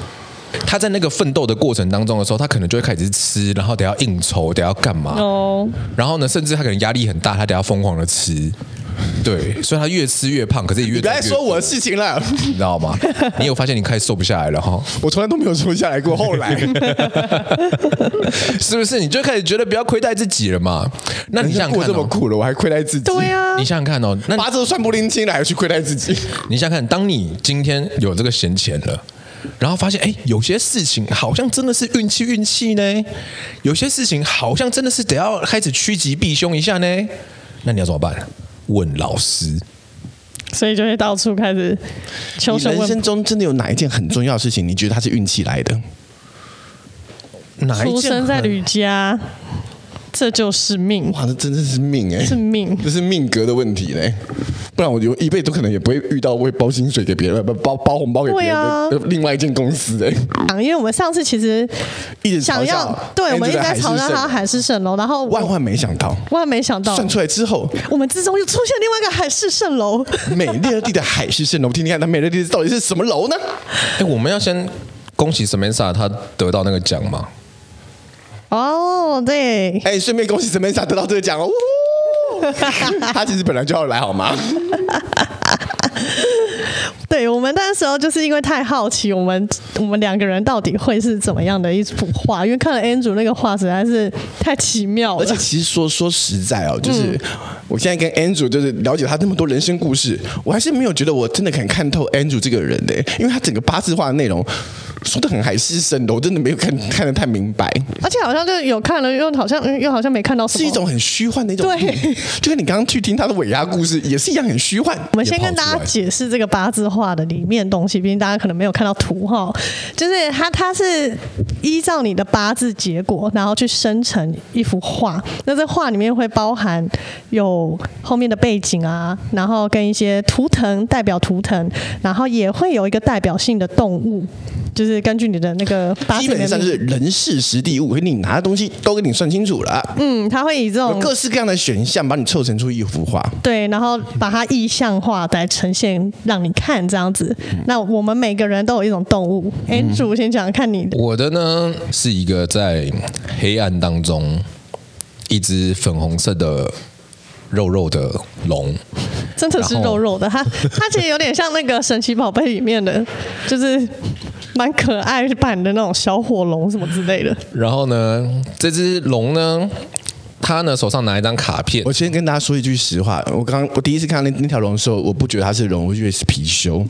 A: 他在那个奋斗的过程当中的时候，他可能就会开始吃，然后得要应酬，得要干嘛，
B: 哦，
A: 然后呢，甚至他可能压力很大，他得要疯狂的吃，对，所以他越吃越胖，可是也越
C: 你不要再
A: 来
C: 说我的事情了，
A: 你知道吗？你有发现你开始瘦不下来了哈？
C: 我从来都没有瘦下来过。后 来
A: 是不是？你就开始觉得不要亏待自己了嘛？那你想想
C: 过
A: 看、
C: 这么
A: 哦，
C: 苦了，我还亏待自己。
B: 对啊
A: 你，想想看哦，那你
C: 拔着算不拎清了，还去亏待自 己。
A: 你想想看，当你今天有这个闲钱了。然后发现，哎，有些事情好像真的是运气运气呢，有些事情好像真的是得要开始趋吉避凶一下呢。那你要怎么办？问老师。
B: 所以就会到处开始求
C: 你
B: 神
C: 人
B: 问
C: 生
B: 卜。
C: 中真的有哪一件很重要的事情，你觉得它是运气来的？
A: 哪一
B: 出
A: 件
B: 生在
A: 很
B: 吕家，这就是命，
C: 哇，这真的是命哎、
B: 是命。
C: 这是命格的问题嘞，不然我有一辈子都可能也不会遇到会包薪水给别人，不包包红包给别人的、呃
B: 对啊
C: 另外一间公司哎，
B: 因为我们上次其实
C: 一直
B: 想
C: 嘲
B: 要
C: 笑，
B: 对，我们一直在嘲笑他
C: 他，
B: 海市蜃楼，哦然后
C: 万
B: 我
C: 万没想到，
B: 万没想到，
C: 算出来之后，
B: 我们之中又出现另外一个海市蜃楼。
C: 美乐蒂的海市蜃楼，听听看，它美乐蒂到底是什么楼呢？
A: 哎，我们要先恭喜 Samantha 她得到那个奖吗？
B: 哦，对，
C: 哎，顺便恭喜 Samantha 得到这个奖哦。 呜呼他其实本来就要来，好吗？
B: 对我们那时候就是因为太好奇，我们我们两个人到底会是怎么样的一幅画？因为看了 Andrew 那个画实在是太奇妙
C: 而且
B: 了。
C: 其实说说实在哦，就是、我现在跟 Andrew 就是了解他那么多人生故事，我还是没有觉得我真的很看透 Andrew 这个人的，因为他整个八字化的内容说的很海市蜃楼，我真的没有看看得太明白，
B: 而且好像就有看了，又好像嗯又好像没看到什么。
C: 是一种很虚幻的一种
B: 对
C: 命，就跟你刚刚去听他的尾牙故事也是一样很虚幻。
B: 我们先跟大家解释这个八字画的里面东西，毕竟大家可能没有看到图哈，就是它它是依照你的八字结果，然后去生成一幅画。那这画里面会包含有后面的背景啊，然后跟一些图腾代表图腾，然后也会有一个代表性的动物，就是根据你的那个八字
C: 基
B: 里
C: 本
B: 面
C: 上是人事实地物，你拿的东西都给你算清楚了，
B: 嗯，它会以这
C: 有
B: 种
C: 各式各样的选项把你凑成出一幅画。
B: 对，然后把它意象化来呈现让你看这样子。那我们每个人都有一种动物。哎、主先讲看你的，
A: 我的呢是一个在黑暗当中，一只粉红色的肉肉的龙，
B: 真的是
A: 然后
B: 肉肉的，它它其实有点像那个神奇宝贝里面的，就是蛮可爱版的那种小火龙什么之类的。
A: 然后呢，这只龙呢，它呢手上拿一张卡片
C: 我，先跟大家说一句实话，我刚我第一次看到那那条龙的时候，我不觉得它是龙，我觉得是貔貅。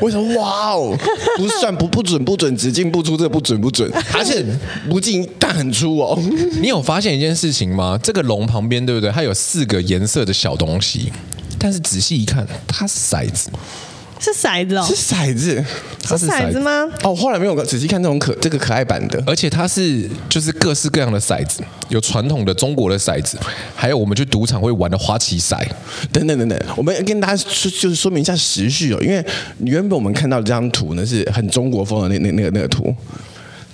C: 我想，哇哦，不算不不准不准，只进不出，这不准不准，而且不进但很出哦。
A: 你有发现一件事情吗？这个龙旁边对不对？它有四个颜色的小东西，但是仔细一看，它是骰子，
B: 是骰子哦，
C: 是骰子
A: 它是
B: 骰子？吗？
C: 哦，后来没有仔细看这种可这个可爱版的，
A: 而且它是就是各式各样的骰子，有传统的中国的骰子，还有我们去赌场会玩的花旗骰。
C: 等等等等，我们跟大家说就是说明一下时序哦，因为原本我们看到的这张图呢是很中国风的那那那个那个图。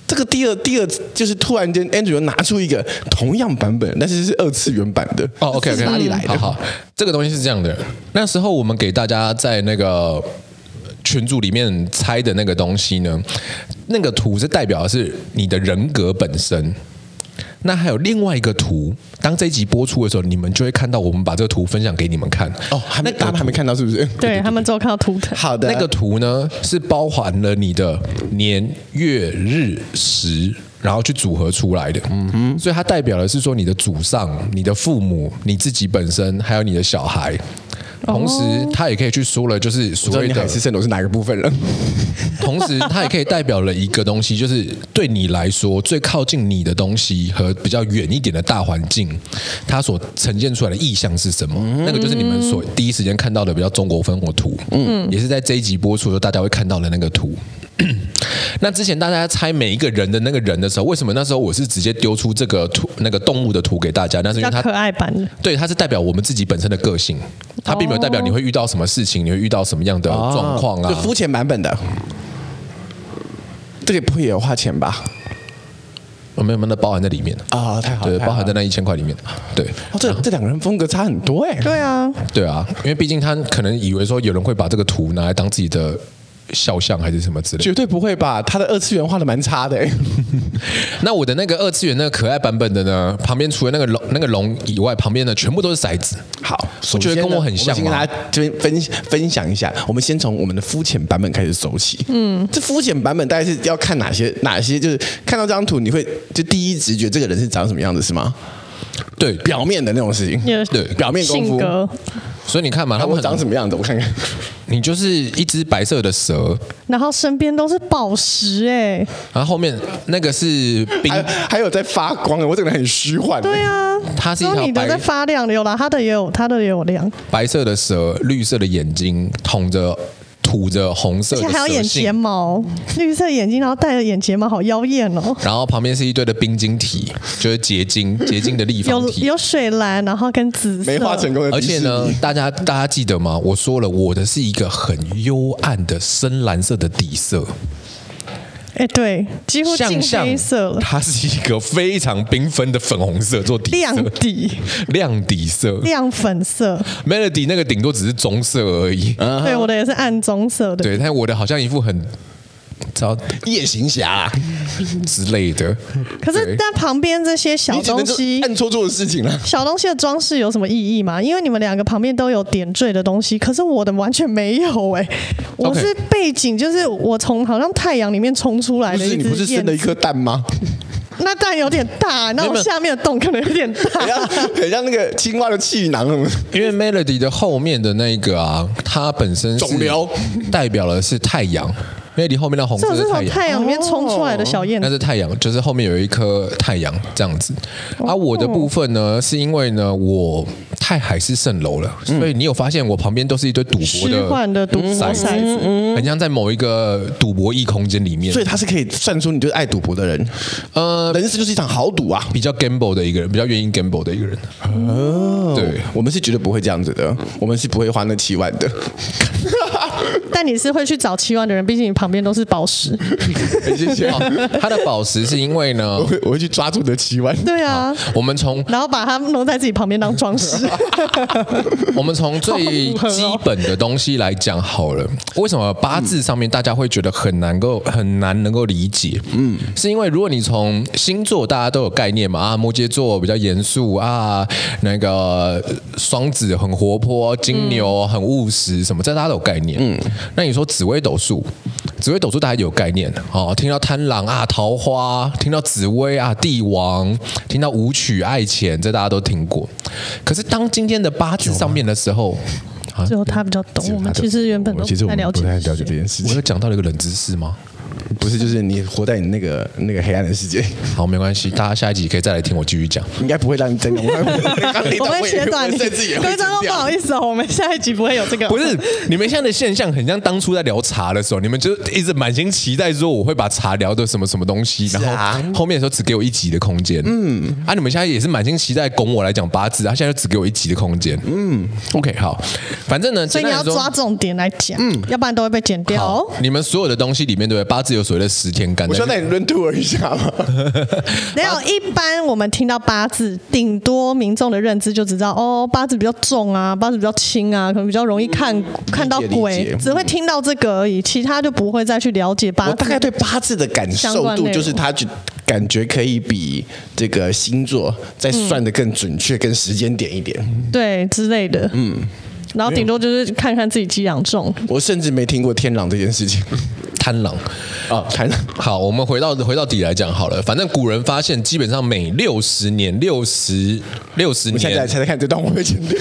C: 这个第二第二就是突然间 Andrew 拿出一个同样版本，但是是二次元版的
A: 哦，OK，
C: 这是哪里来的？
A: 好好，这个东西是这样的，那时候我们给大家在那个群组里面猜的那个东西呢，那个图是代表的是你的人格本身。那还有另外一个图，当这一集播出的时候，你们就会看到我们把这个图分享给你们看。
C: 哦，还没大家还没看到是不是？
B: 对他们只有看到图腾。
C: 好的，
A: 那个图呢是包含了你的年月日时，然后去组合出来的。嗯哼，所以它代表的是说你的祖上、你的父母、你自己本身，还有你的小孩。同时，它也可以去说了，就是
C: 哦我
A: 所
C: 知道
A: 谓
C: 你
A: 的
C: 海市蜃楼是哪个部分了？
A: 同时，它也可以代表了一个东西，就是对你来说最靠近你的东西和比较远一点的大环境，它所呈现出来的意象是什么？
B: 嗯
A: 那个就是你们所第一时间看到的比较中国风的图，嗯，也是在这一集播出的时候大家会看到的那个图。 那之前大家猜每一个人的那个人的时候，为什么那时候我是直接丢出这个图那个动物的图给大家？那是
B: 比
A: 因
B: 较
A: 为它
B: 可爱版的，
A: 对，它是代表我们自己本身的个性，它并没有代表你会遇到什么事情，你会遇到什么样的
B: 哦
A: 状况啊。
C: 就肤浅版本的，这个不会也有花钱吧？
A: 我哦们有没有那包含在里面？
C: 啊，太好了，
A: 对，
C: 太好
A: 包含在
C: 了。
A: 那一千块里面。对，
C: 哦，这这两个人风格差很多哎。
B: 对啊，
A: 对啊，因为毕竟他可能以为说有人会把这个图拿来当自己的肖像还是什么之类的。
C: 绝对不会吧？他的二次元画的蛮差的、欸，
A: 那我的那个二次元那个可爱版本的呢，旁边除了那个龙那个龙以外，旁边的全部都是骰子。
C: 好，
A: 我觉得跟我很像
C: 我先跟
A: 吗
C: 大家这边分分享一下，我们先从我们的肤浅版本开始走起。嗯，这肤浅版本大概是要看哪些哪些，就是看到这张图，你会就第一直觉这个人是长什么样子是吗？
A: 对，
C: 表面的那种事情，
B: 你的
A: 对
C: 表面功
B: 性
C: 夫。
B: 格，
A: 所以你看嘛，
C: 他
A: 他们
C: 们
A: 很
C: 长什么啊样子？我看看，
A: 你就是一只白色的蛇，
B: 然后身边都是宝石哎、
A: 然后后面那个是冰，
C: 还还有在发光的，我整个人很虚幻。
B: 对啊，
A: 它
B: 只
A: 是一
B: 有
A: 条
B: 你的
A: 白
B: 在发亮，有啦，他的也有，他的也有亮，
A: 白色的蛇，绿色的眼睛，捅着吐着红色
B: 而且
A: 的
B: 还有
A: 蛇
B: 眼睫
A: 信，
B: 毛，绿色眼睛，然后戴着眼睫毛，好妖艳哦。
A: 然后旁边是一堆的冰晶体，就是结晶结晶的立方
B: 有
A: 体。
B: 有水蓝，然后跟紫色，
C: 没画成功的
A: 而
C: 迪士尼，
A: 且呢，大家大家记得吗？我说了，我的是一个很幽暗的深蓝色的底色，
B: 哎、对，几乎
A: 像
B: 近
A: 像
B: 黑色了，
A: 它是一个非常缤纷的粉红色做底色
B: 亮，底
A: 亮底色。
B: 亮粉色。
A: Melody 那个顶多只是棕色而已，
C: 嗯
B: 对，我的也是暗棕色的。
A: 对，但我的好像一副很糟
C: 夜行侠啊、
A: 之类的。
B: 可是
A: 对
B: 但旁边这些小
C: 你只能
B: 东
C: 做
B: 西。
C: 暗戳戳的事情了。
B: 小东西的装饰有什么意义吗？因为你们两个旁边都有点缀的东西，可是我的完全没有哎、我
A: OK
B: 是背景，就是我从好像太阳里面冲出来
C: 不
B: 的
C: 是
B: 一
C: 你不是
B: 只
C: 生了一
B: 燕子，
C: 颗蛋吗？
B: 那蛋有点大，那我
A: 没有
B: 下面的洞可能有点
C: 很像
B: 大。
C: 很像那个青蛙的气囊，
A: 因为 Melody 的后面的那一个啊，它本身是
C: 肿瘤
A: 代表的是太阳，Melody 后面的红
B: 这
A: 色
B: 我是从
A: 是太阳。
B: 太阳里面冲出来的小燕
A: 那
B: 子，
A: 是太阳，就是后面有一颗太阳这样子。
B: 哦
A: 啊，我的部分呢，是因为呢我太海市蜃楼了，
C: 嗯
A: 所以你有发现我旁边都是一堆赌博
B: 虚
A: 的
B: 幻嗯的赌博骰
A: 子，
B: 子，
A: 很像在某一个赌博异空间里面
C: 所。以他是可以算出你就是爱赌博的人。呃，人生就是一场豪赌啊。
A: 比较 gamble 的一个人，比较愿意 gamble 的一个人。哦，对，
C: 我们是绝对不会这样子的，我们是不会花那七万的。
B: 但你是会去找七万的人，毕竟你旁边都是宝石。
C: 谢谢，
A: 哦它的宝石是因为呢
C: 我，会我会去抓住那七万。
B: 对啊，
A: 我们从
B: 然后把它弄在自己旁边当装饰。
A: 我们从最基本的东西来讲好了。为什么八字上面大家会觉得很难够很难能够理解？嗯，是因为如果你从星座大家都有概念嘛啊，摩羯座比较严肃啊，那个呃双子很活泼，金牛很务实，什么这大家都有概念。嗯，那你说紫微斗数？紫微斗数大家有概念哦，听到贪狼啊、桃花，听到紫薇啊、帝王，听到舞曲、爱钱，这大家都听过。可是当今天的八字上面的时候，啊，
B: 最后他比较懂，我们其实原本都
C: 其实我
B: 不太
C: 们
B: 了
C: 不
B: 解
C: 太
B: 这些。
C: 了解这件事
A: 我
C: 情
A: 有，讲到了一个冷知识吗？
C: 不是就是你活在你那个那个黑暗的世界，
A: 好，没关系，大家下一集可以再来听我继续讲。
C: 应该不会让你 真的。
B: 我
C: 我
B: 们学短，
C: 甚至也
B: 各
C: 会剪
B: 位观众不
C: 掉
B: 好意思哦，我们下一集不会有这个。
A: 不是，你们现在的现象很像当初在聊茶的时候，你们就一直满心期待说我会把茶聊的什么什么东西，
C: 啊
A: 然后后面的时候只给我一集的空间。嗯，啊，你们现在也是满心期待拱我来讲八字，啊，现在就只给我一集的空间。嗯，OK，好，反正呢，
B: 所以你要
A: 简单来说
B: 抓重点来讲，要不然都会被剪掉
A: 好
B: 哦。，
A: 你们所有的东西里面，对不对？八字有所谓的十天干，
C: 我需要带你 run tour 一下吗？
B: 没有，一般我们听到八字，顶多民众的认知就只知道哦，八字比较重啊，八字比较轻啊，可能比较容易看看到
C: 理嗯解
B: 鬼，只会听到这个而已，其他就不会再去了解八
C: 我大
B: 字。
C: 概对八字的感
B: 相
C: 受
B: 关
C: 度
B: 内，容
C: 就是他觉感觉可以比这个星座再算的更准确、更时间点一点。
B: 对之类的，嗯。然后顶多就是看看自己几两重，
C: 我甚至没听过天狼这件事情
A: 贪狼。
C: 啊，天狼
A: 好，我们回到回到底来讲好了。反正古人发现，基本上每六十年、六十六十
C: 我现在
A: 年，
C: 才在看这段，我会剪掉。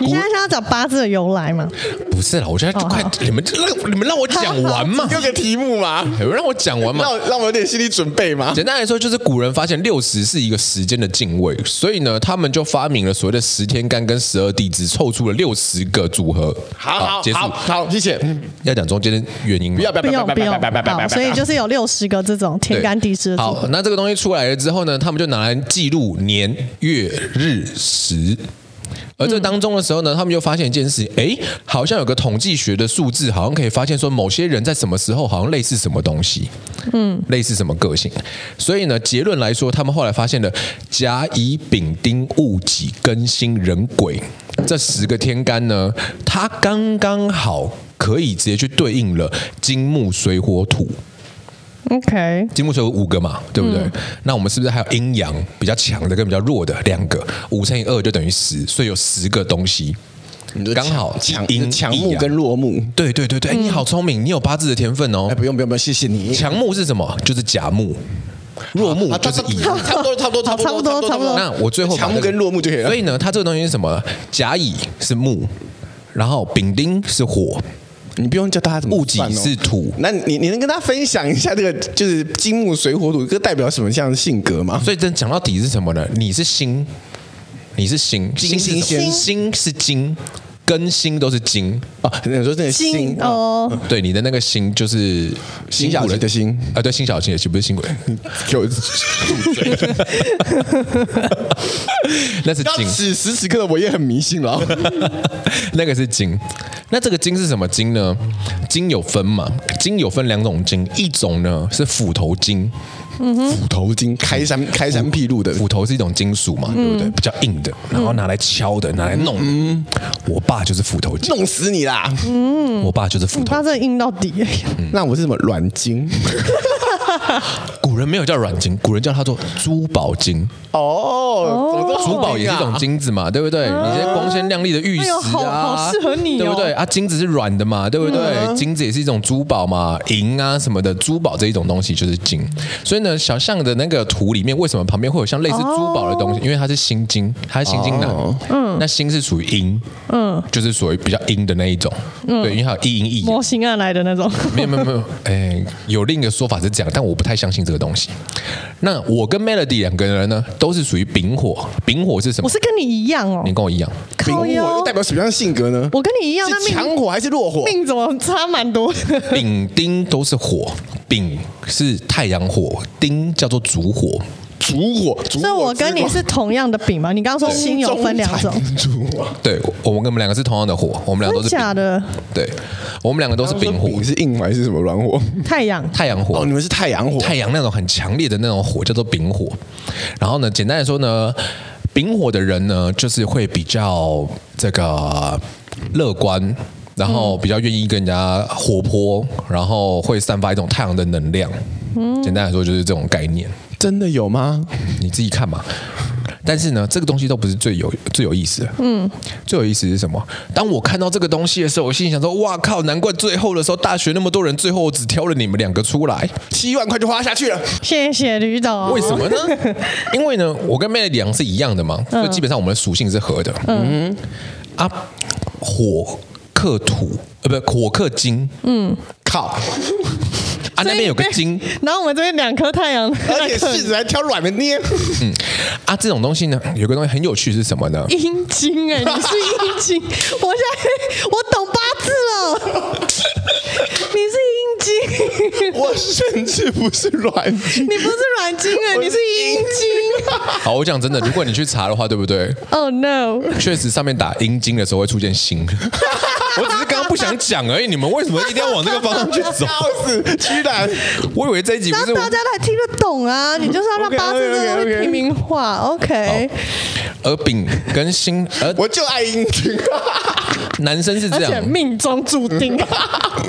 B: 你现在是要找八字的由来吗？
A: 不是啦，我现在就快，
B: 哦好
A: 你们就让你们让我讲 完嘛，
C: 有个题目嘛，
A: 你们让我讲完嘛
C: 让。我让我有点心理准备嘛。
A: 简单来说，就是古人发现六十是一个时间的进位，所以呢，他们就发明了所谓的十天干跟十二地支，凑出了六十个组合。
C: 好好
A: 结束
C: 好。好，谢谢。
A: 要讲中间的原因吗？
C: 不要不要
B: 不
C: 不要
B: 用
C: 不
B: 不
C: 要
B: 用
C: 不要不要不要不
B: 好，
C: 要！
B: 所以就是有六十个这种天干地支的组
A: 好
B: 合，，
A: 那这个东西出来了之后呢，他们就拿来记录年月日时。而这当中的时候呢，他们就发现一件事，哎，好像有个统计学的数字，好像可以发现说某些人在什么时候好像类似什么东西，嗯，类似什么个性。所以呢，结论来说，他们后来发现了甲乙丙丁戊己庚辛壬癸这十个天干呢，它刚刚好。可以直接去对应了金木水火土。
B: OK，
A: 金木水火五个嘛，对不对？那我们是不是还有阴阳比较强的跟比较弱的两个？五乘以二就等于十，所以有十个东西
C: 你就，
A: 刚好
C: 强
A: 阴
C: 强
A: 一
C: 木
A: 阳
C: 跟弱木。
A: 对对对对，哎，你好聪明，你有八字的天分哦
C: 哎，。不用不用不用，谢谢你。
A: 强木是什么？就是甲木，弱木
C: 啊
A: 就是乙。
C: 差不多差不多
B: 好差不多差不多
A: 那我最后把
C: 强木
A: 这个
C: 跟弱木就可以了
A: 所。以呢，它这个东西是什么？甲乙是木，然后丙丁是火，
C: 你不用教大家怎么
A: 戊己
C: 算哦
A: 是土。
C: 那你你能跟大家分享一下这个就是金木水火土这个代表什么样的性格吗？
A: 所以真讲到底是什么呢？你是心，你是心，
C: 金
A: 是
C: 新
A: 什么
C: 鲜
A: 心是金，跟心都是金。
C: 啊，你说这个
B: 金
C: 心哦，
B: 哦，
A: 对，你的那个心就是
C: 辛晓琪的辛
A: 啊，对，辛晓琪的辛不是辛 苦的，
C: 给我
A: 那是
C: 到
A: 金。
C: 此时此刻的我也很迷信了哦。
A: 那个是金。那这个金是什么金呢？金有分嘛？金有分两种金，一种呢是斧头金，
C: 斧头精开山开山辟路的，
A: 斧头是一种金属嘛，对不对？比较硬的，然后拿来敲的，拿来弄的。我爸就是斧头金，
C: 弄死你啦！
A: 我嗯爸就是斧
B: 你
A: 头
B: 他。这硬到 底，
C: 那我是什么软精？
A: 古人没有叫软金，古人叫它做珠宝金。
C: 哦，怎么这么好
A: 珠
B: ，Oh
A: 宝也是一种
C: 听啊
A: 金子嘛，对不对？你这些光鲜亮丽的玉
B: 嗯哎
A: 石
B: 呦
A: 啊，
B: 好好适合你哦嗯
A: 对不对？啊，金子是软的嘛，对不对？金子也是一种珠宝嘛，银啊什么的，珠宝这一种东西就是金。所以呢，小象的那个图里面，为什么旁边会有像类似珠宝的东西？因为它是心经，它是心经男。
C: 哦
A: 嗯，那心是属于阴，嗯，就是属于比较阴的那一种。
B: 嗯
A: 对，因为它有一阴一阳。
B: 模型案来的 那种。
A: 没有没有没有，哎，有另一个说法是这样，但我不太相信这个东西。那我跟 Melody 两个人呢，都是属于丙火。丙火是什么
B: 我？是跟你一样哦
A: 你，跟我一样，
C: 丙
B: 靠
C: 火
B: 腰
C: 又代表什么样的性格呢？
B: 我跟你一样，那
C: 是强
B: 命
C: 火还是弱火？
B: 命怎么差蛮 多的？
A: 丙丁都是火，丙是太阳火，丁叫做烛火。
C: 烛火，烛火之光。
B: 所以我跟你是同样的饼嘛？你刚刚说心有分两种，
C: 中产烛火，
A: 对，我们跟我们两个是同样的火，我们俩
B: 真
A: 都
B: 的
A: 是丙
B: 假的？
A: 对，我们两个都是丙火
C: 哦你，是硬还是什么软火？
B: 太阳
A: 太阳火。
C: 哦，你们是太阳火，
A: 太阳那种很强烈的那种火叫做丙火。然后呢，简单来说呢，丙火的人呢，就是会比较这个乐观。然
B: 嗯
A: 后比较愿意跟人家活泼，然后会散发一种太阳的能量。
B: 嗯
A: 简单来说就是这种概念，
C: 真的有吗？
A: 你自己看嘛。但是呢，这个东西都不是最有最有意思的。嗯，最有意思是什么？当我看到这个东西的时候，我心里想说：哇靠！难怪最后的时候，大学那么多人，最后我只挑了你们两个出来。
C: 七万块就花下去了，
B: 谢谢吕董
A: 为。什么 呢？因为呢，我跟 Melody 两是一样的嘛，所以基本上我们的属性是合的。嗯啊，火克土，呃，不，火克金。嗯，
C: 靠！
A: 啊，那边有个金。
B: 然后我们这边两颗太阳，
C: 而且柿子还挑软的 捏，
A: 嗯，啊，这种东西呢，有个东西很有趣是什么 呢？
B: 阴茎哎， 你是阴茎，我现在 我懂八字 了，你是阴 茎，
C: 我甚至不是软精，
B: 你不是软茎哎，你是阴茎。
A: 好，我讲真的，如果你去查的话，对不对？
B: Oh no！
A: 确实上面打阴茎的时候会出现 心。我只是刚刚不想讲而已，你们为什么一定要往这个方向去走？
C: 笑死！居然
A: 我以为这一集不
B: 然
A: 是
B: 后
A: 我
B: 大家来听得懂啊，你就是要让
C: OK，OK，OK，OK
B: 八字这个东西平民化。OK，
A: 而丙跟心，而
C: 我就爱英俊，啊
A: 男生是这
B: 而
A: 样
B: 且，命中注 定。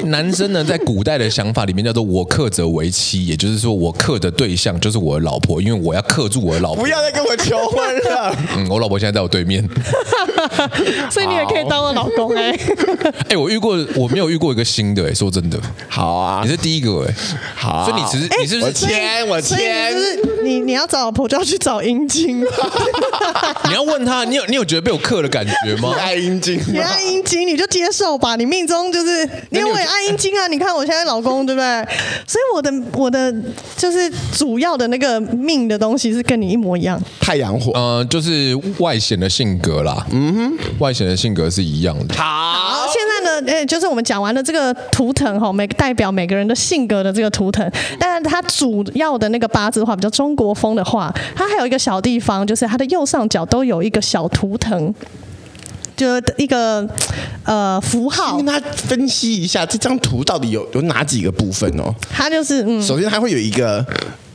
A: 男生呢，在古代的想法里面叫做“我克则为妻”，也就是说，我克的对象就是我的老婆，因为我要克住我的老婆
C: 不。要再跟我求婚了。
A: 嗯，我老婆现在在我对面。
B: 所以你也可以当我老公哎、
A: 哎、我遇过，我没有遇过一个新的、哎，说真的，
C: 好啊
A: 你，是第一个、哎，
C: 好啊
A: 所以你只是、你是不
C: 我
A: 是
C: 签，我
B: 所以你就
C: 签。
B: 是你你要找老婆就要去找阴茎，
A: 你要问他，你有你有觉得被我克的感觉吗
C: 我？爱英俊
B: 你爱阴茎你就接受吧，你命中就是因为我也爱阴茎啊。你看我现在老公对不对？所以我的我的就是主要的那个命的东西是跟你一模一样。
C: 太阳火，
A: 呃，就是外显的性格啦，嗯哼，外显的性格是一样的。
B: 好，现在呢，呃，就是我们讲完了这个图腾哈，每个代表每个人的性格的这个图腾，但它主要的那个八字的话，比较中国风的话，它还有一个小地方，就是它的右上角都有一个小图腾。就是一个呃符号
C: 跟，大家分析一下这张图到底有有哪几个部分哦。
B: 它就是嗯，
C: 首先，它会有一个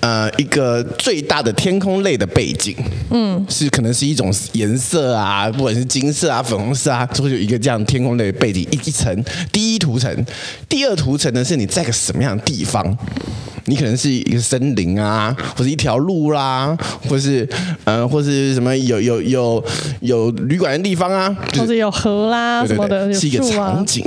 C: 呃一个最大的天空类的背景，嗯，是可能是一种颜色啊，不管是金色啊、粉红色啊，就会有一个这样天空类的背景一一层。第一图层，第二图层呢是你在个什么样的地方。你可能是一个森林啊，或者一条路啦、或是呃，或是什么有有有有旅馆的地方啊，就
B: 或
C: 是
B: 者有河啦什
C: 对
B: 么
C: 对
B: 的，
C: 对，
B: 有
C: 是一个
B: 树啊
C: 场，景。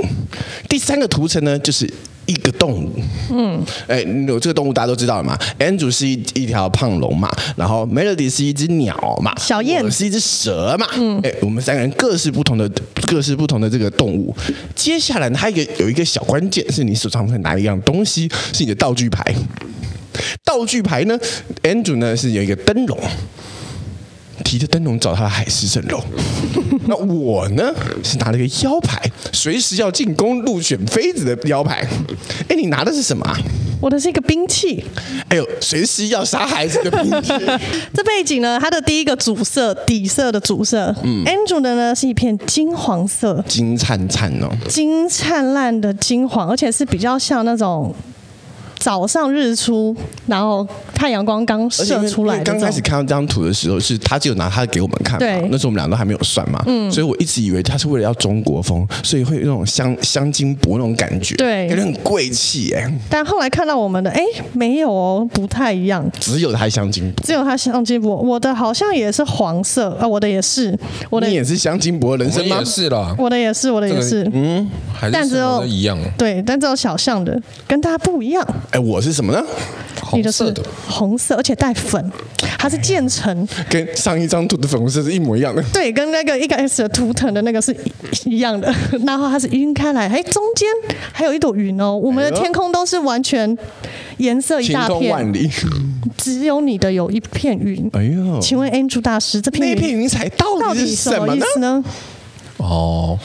C: 第三个图层呢，就是一个动物。嗯，哎，有这个动物大家都知道了嘛？Andrew 是一一条胖龙嘛，然后 Melody 是一只鸟嘛，
B: 小燕
C: 我是一只蛇嘛。嗯，哎，我们三个人各是不同的，各是不同的这个动物。接下来呢，还有一个有一个小关键是你手上会拿一样东西，是你的道具牌。道具牌呢，Andrew 呢是有一个灯笼。提着灯笼找他的海市蜃楼。 那我呢是拿了个腰牌，随时要进攻入选妃子的腰牌。哎，你拿的是什么、啊？
B: 我的是一个兵器。
C: 哎呦，随时要杀孩子的兵器。
B: 这背景呢，它的第一个主色底色的主色，嗯，Andrew 的呢是一片金黄色，
C: 金灿灿哦，
B: 金灿烂的金黄，而且是比较像那种早上日出，然后太阳光刚
C: 而且因
B: 射
C: 为
B: 出来
C: 因为
B: 的这
C: 刚
B: 种。
C: 开始看到这张图的时候，是他只有拿他给我们看
B: 对嗯
C: 嘛，那时候我们俩都还没有算嘛，所以我一直以为他是为了要中国风，所以会有那种香香金箔那种感觉，
B: 对
C: 感觉很贵气哎、
B: 但后来看到我们的，哎，没有哦，不太一样。
C: 只有他香金箔。
B: 只有它相机箔，我的哎好哦像也是黄色啊、我的也是，我的
C: 你也是香金箔人
A: 我
C: 生
A: 们
C: 吗嗯
A: 也？是啦，
B: 我的也是，我的也是，哦
A: 还是
B: 但只
A: 什么
B: 有
A: 都一样，
C: 啊
B: 对，但只有小象的跟大家不一样，
C: 哎，我是什么呢？
B: 你
A: 红
B: 的
A: 色
B: 是
A: 的。
B: 红色，而且带粉，它是渐层，
C: 跟上一张图的粉红色是一模一样的。
B: 对，跟那个一开始的图腾的那个是一一样的，然后它是晕开来，哎，中间还有一朵云哦，我们的
C: 哎呦
B: 天空都是完全颜色一
C: 晴
B: 大
C: 空
B: 片
C: 万，里，
B: 只有你的有一片云。
C: 哎呦
B: 请问 Andrew 大师，这
C: 那
B: 片
C: 片
B: 云
C: 云彩到
B: 到
C: 底
B: 底
C: 是
B: 什
C: 什
B: 么
C: 么
B: 意
C: 呢？
B: 思呢？
A: 哦，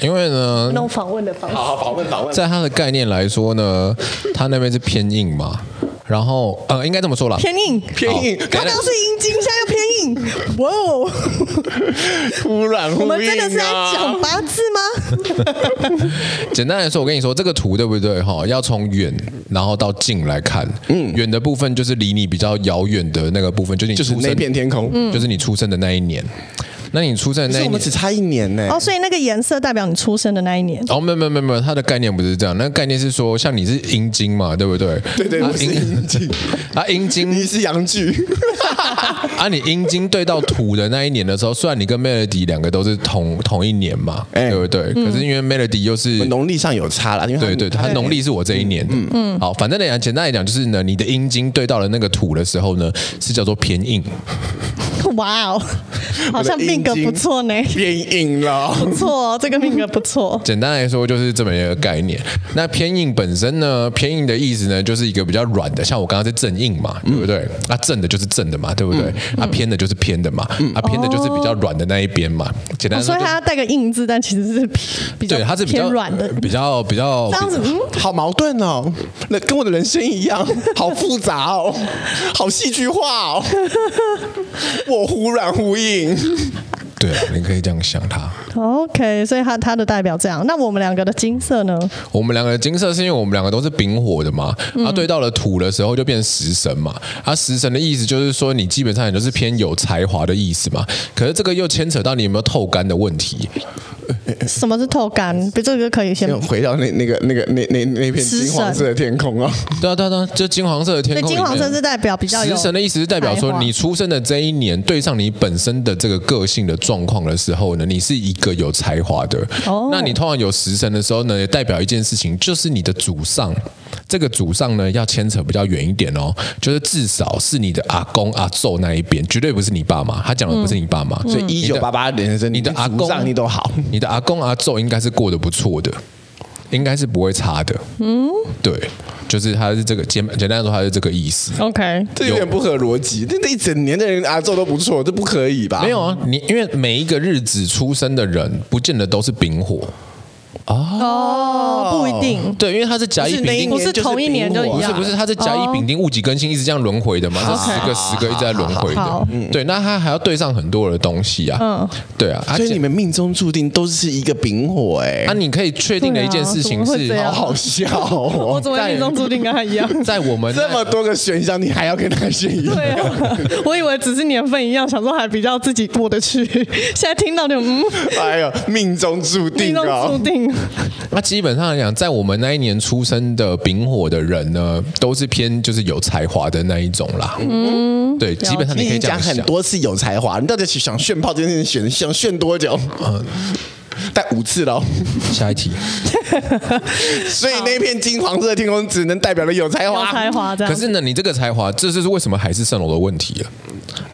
A: 因为呢，
B: 弄访问的方式。
C: 好，访问访问。
A: 在它的概念来说呢，它那边是偏硬嘛，然后呃，应该这么说啦，
B: 偏硬，
C: 偏硬
A: 好
B: 刚刚是阴茎，现在又偏硬，哇哦！
C: 突然呼应啊
B: 我们真的是在讲八字吗？
A: 简单来说，我跟你说，这个图对不对？哈，要从远然后到近来看。嗯，远的部分就是离你比较遥远的那个部分，就是你
C: 就是
A: 出生
C: 那片天空。
B: 嗯
A: 就是你出生的那一年。那你出生的
C: 但
A: 那
C: 是
A: 一
C: 我们
A: 年
C: 只。差一年呢、
B: 哦，所以那个颜色代表你出生的那一年。
A: 哦，没有没有没有没有，它的概念不是这样，那个概念是说，像你是阴茎嘛，对不对？
C: 对对，
A: 啊
C: 我是阴茎，
A: 啊阴
C: 你
A: 茎
C: 是阳具，
A: 啊，你阴茎对到土的那一年的时候，虽然你跟 Melody 两个都是同同一年嘛，
C: 哎嗯
A: 对不对？可是因为 Melody 又是
C: 农历上有差啦，因为它
A: 对对，它农历是我这一年的。嗯嗯，好，反正来讲，简单来讲就是呢，你的阴茎对到了那个土的时候呢，是叫做偏硬。
B: 哇哦，好像命格不错呢，
C: 变硬了。
B: 不错哦，这个命格不错。
A: 简单来说就是这么一个概念。那偏硬本身呢，偏硬的意思呢，就是一个比较软的，像我刚刚是正硬嘛，
B: 嗯
A: 对不对？啊，正的就是正的嘛，对不对？啊，偏的就是偏的嘛，啊，偏的就是比较软的那一边嘛。简单
B: 嗯哦
A: 来
B: 所
A: 说
B: 以
A: 就是，
B: 它要带个硬字，但其实是比较
A: 对，它是比较呃
B: 偏软的。
A: 比较比较
B: 这样子，嗯，
C: 好矛盾哦，那跟我的人生一样，好复杂哦，好戏剧化哦。我忽然呼应，
A: 对了，你可以这样想它。
B: OK，所以它它的代表这样。那我们两个的金色 呢？
A: 我们两个的金色是因为我们两个都是丙火的嘛，啊，
B: 嗯
A: 对到了土的时候就变食神嘛，啊，食神的意思就是说你基本上也就是偏有才华的意思嘛，可是这个又牵扯到你有没有透干的问题，
B: 什么是透干？比这个可以先
C: 又回到那那个那个那那那片
B: 食神
C: 金黄色的天空哦。
A: 对啊对啊对啊，就金黄色的天
B: 对，
A: 空里
B: 金
A: 面，
B: 黄色是代表比较有
A: 食神的意思是代表
B: 才
A: 说
B: 华
A: 你出生的这一年对上你本身的这个个性的状况的时候呢，你是一个有才华的，
B: 哦
A: 那你通常有食神的时候呢，也代表一件事情，就是你的祖上。这个祖上呢，要牵扯比较远一点哦，就是至少是你的阿公阿宙那一边，绝对不是你爸妈。他讲的不是你爸妈，
B: 嗯
C: 所以一九八八年生，
A: 你的阿公
C: 让你都好。
A: 你的阿公阿宙应该是过得不错的，应该是不会差的。嗯，对，就是他是这个简简单来说，他是这个意思。
B: OK，
C: 这有点不合逻辑。那那一整年的人啊，做都不错，这不可以吧？
A: 啊没有啊，你因为每一个日子出生的人，不见得都是丙火。
B: 哦，不一定，
A: 对，因为它是甲乙
C: 不是那
A: 丙
C: 一年
A: 丁
B: 不是
C: 就是
B: 同一年就
C: 丙
B: 一
C: 午
A: 不
C: 啊
A: 是
B: 样，
A: 不是，它是甲乙丙丁戊己庚辛一直这样轮回的嘛，这
B: 好
A: 十个十个一直在轮回
B: 哦好
A: 的，
C: 嗯
A: 对，那它还要对上很多的东西啊，
B: 嗯
A: 对啊，啊
C: 所以你们命中注定都是一个丙火哎、
A: 啊，你可以确定的一件事情
B: 对啊怎么会
A: 是哦
B: 这，样
C: 好笑
B: 我
C: 哦！
B: 怎么会命中注定跟他一样？
A: 在我们
C: 这么多个选项，你还要跟他炫耀？
B: 对啊，我以为只是年份一样，想说还比较自己过得去。现在听到就嗯，
C: 哎呦，命中注
B: 命
A: 啊
C: 定
B: 中注
C: 哦！
B: 定。
A: 那基本上来讲，在我们那一年出生的丙火的人呢，都是偏就是有才华的那一种啦。嗯，对，基本上
C: 你
A: 你
C: 已
A: 可以
C: 经
A: 这样
C: 讲很
A: 想。
C: 多次有才华，你到底想炫炮这件事情，想炫多久？
B: 嗯
C: 但五次喽，
A: 下一题，
C: 所以那片金黄色的天空只能代表了有才
B: 有
A: 啊
C: 华。
B: 才华这样。
A: 可是呢，你这个才华，这就是为什么海市蜃楼的问题了，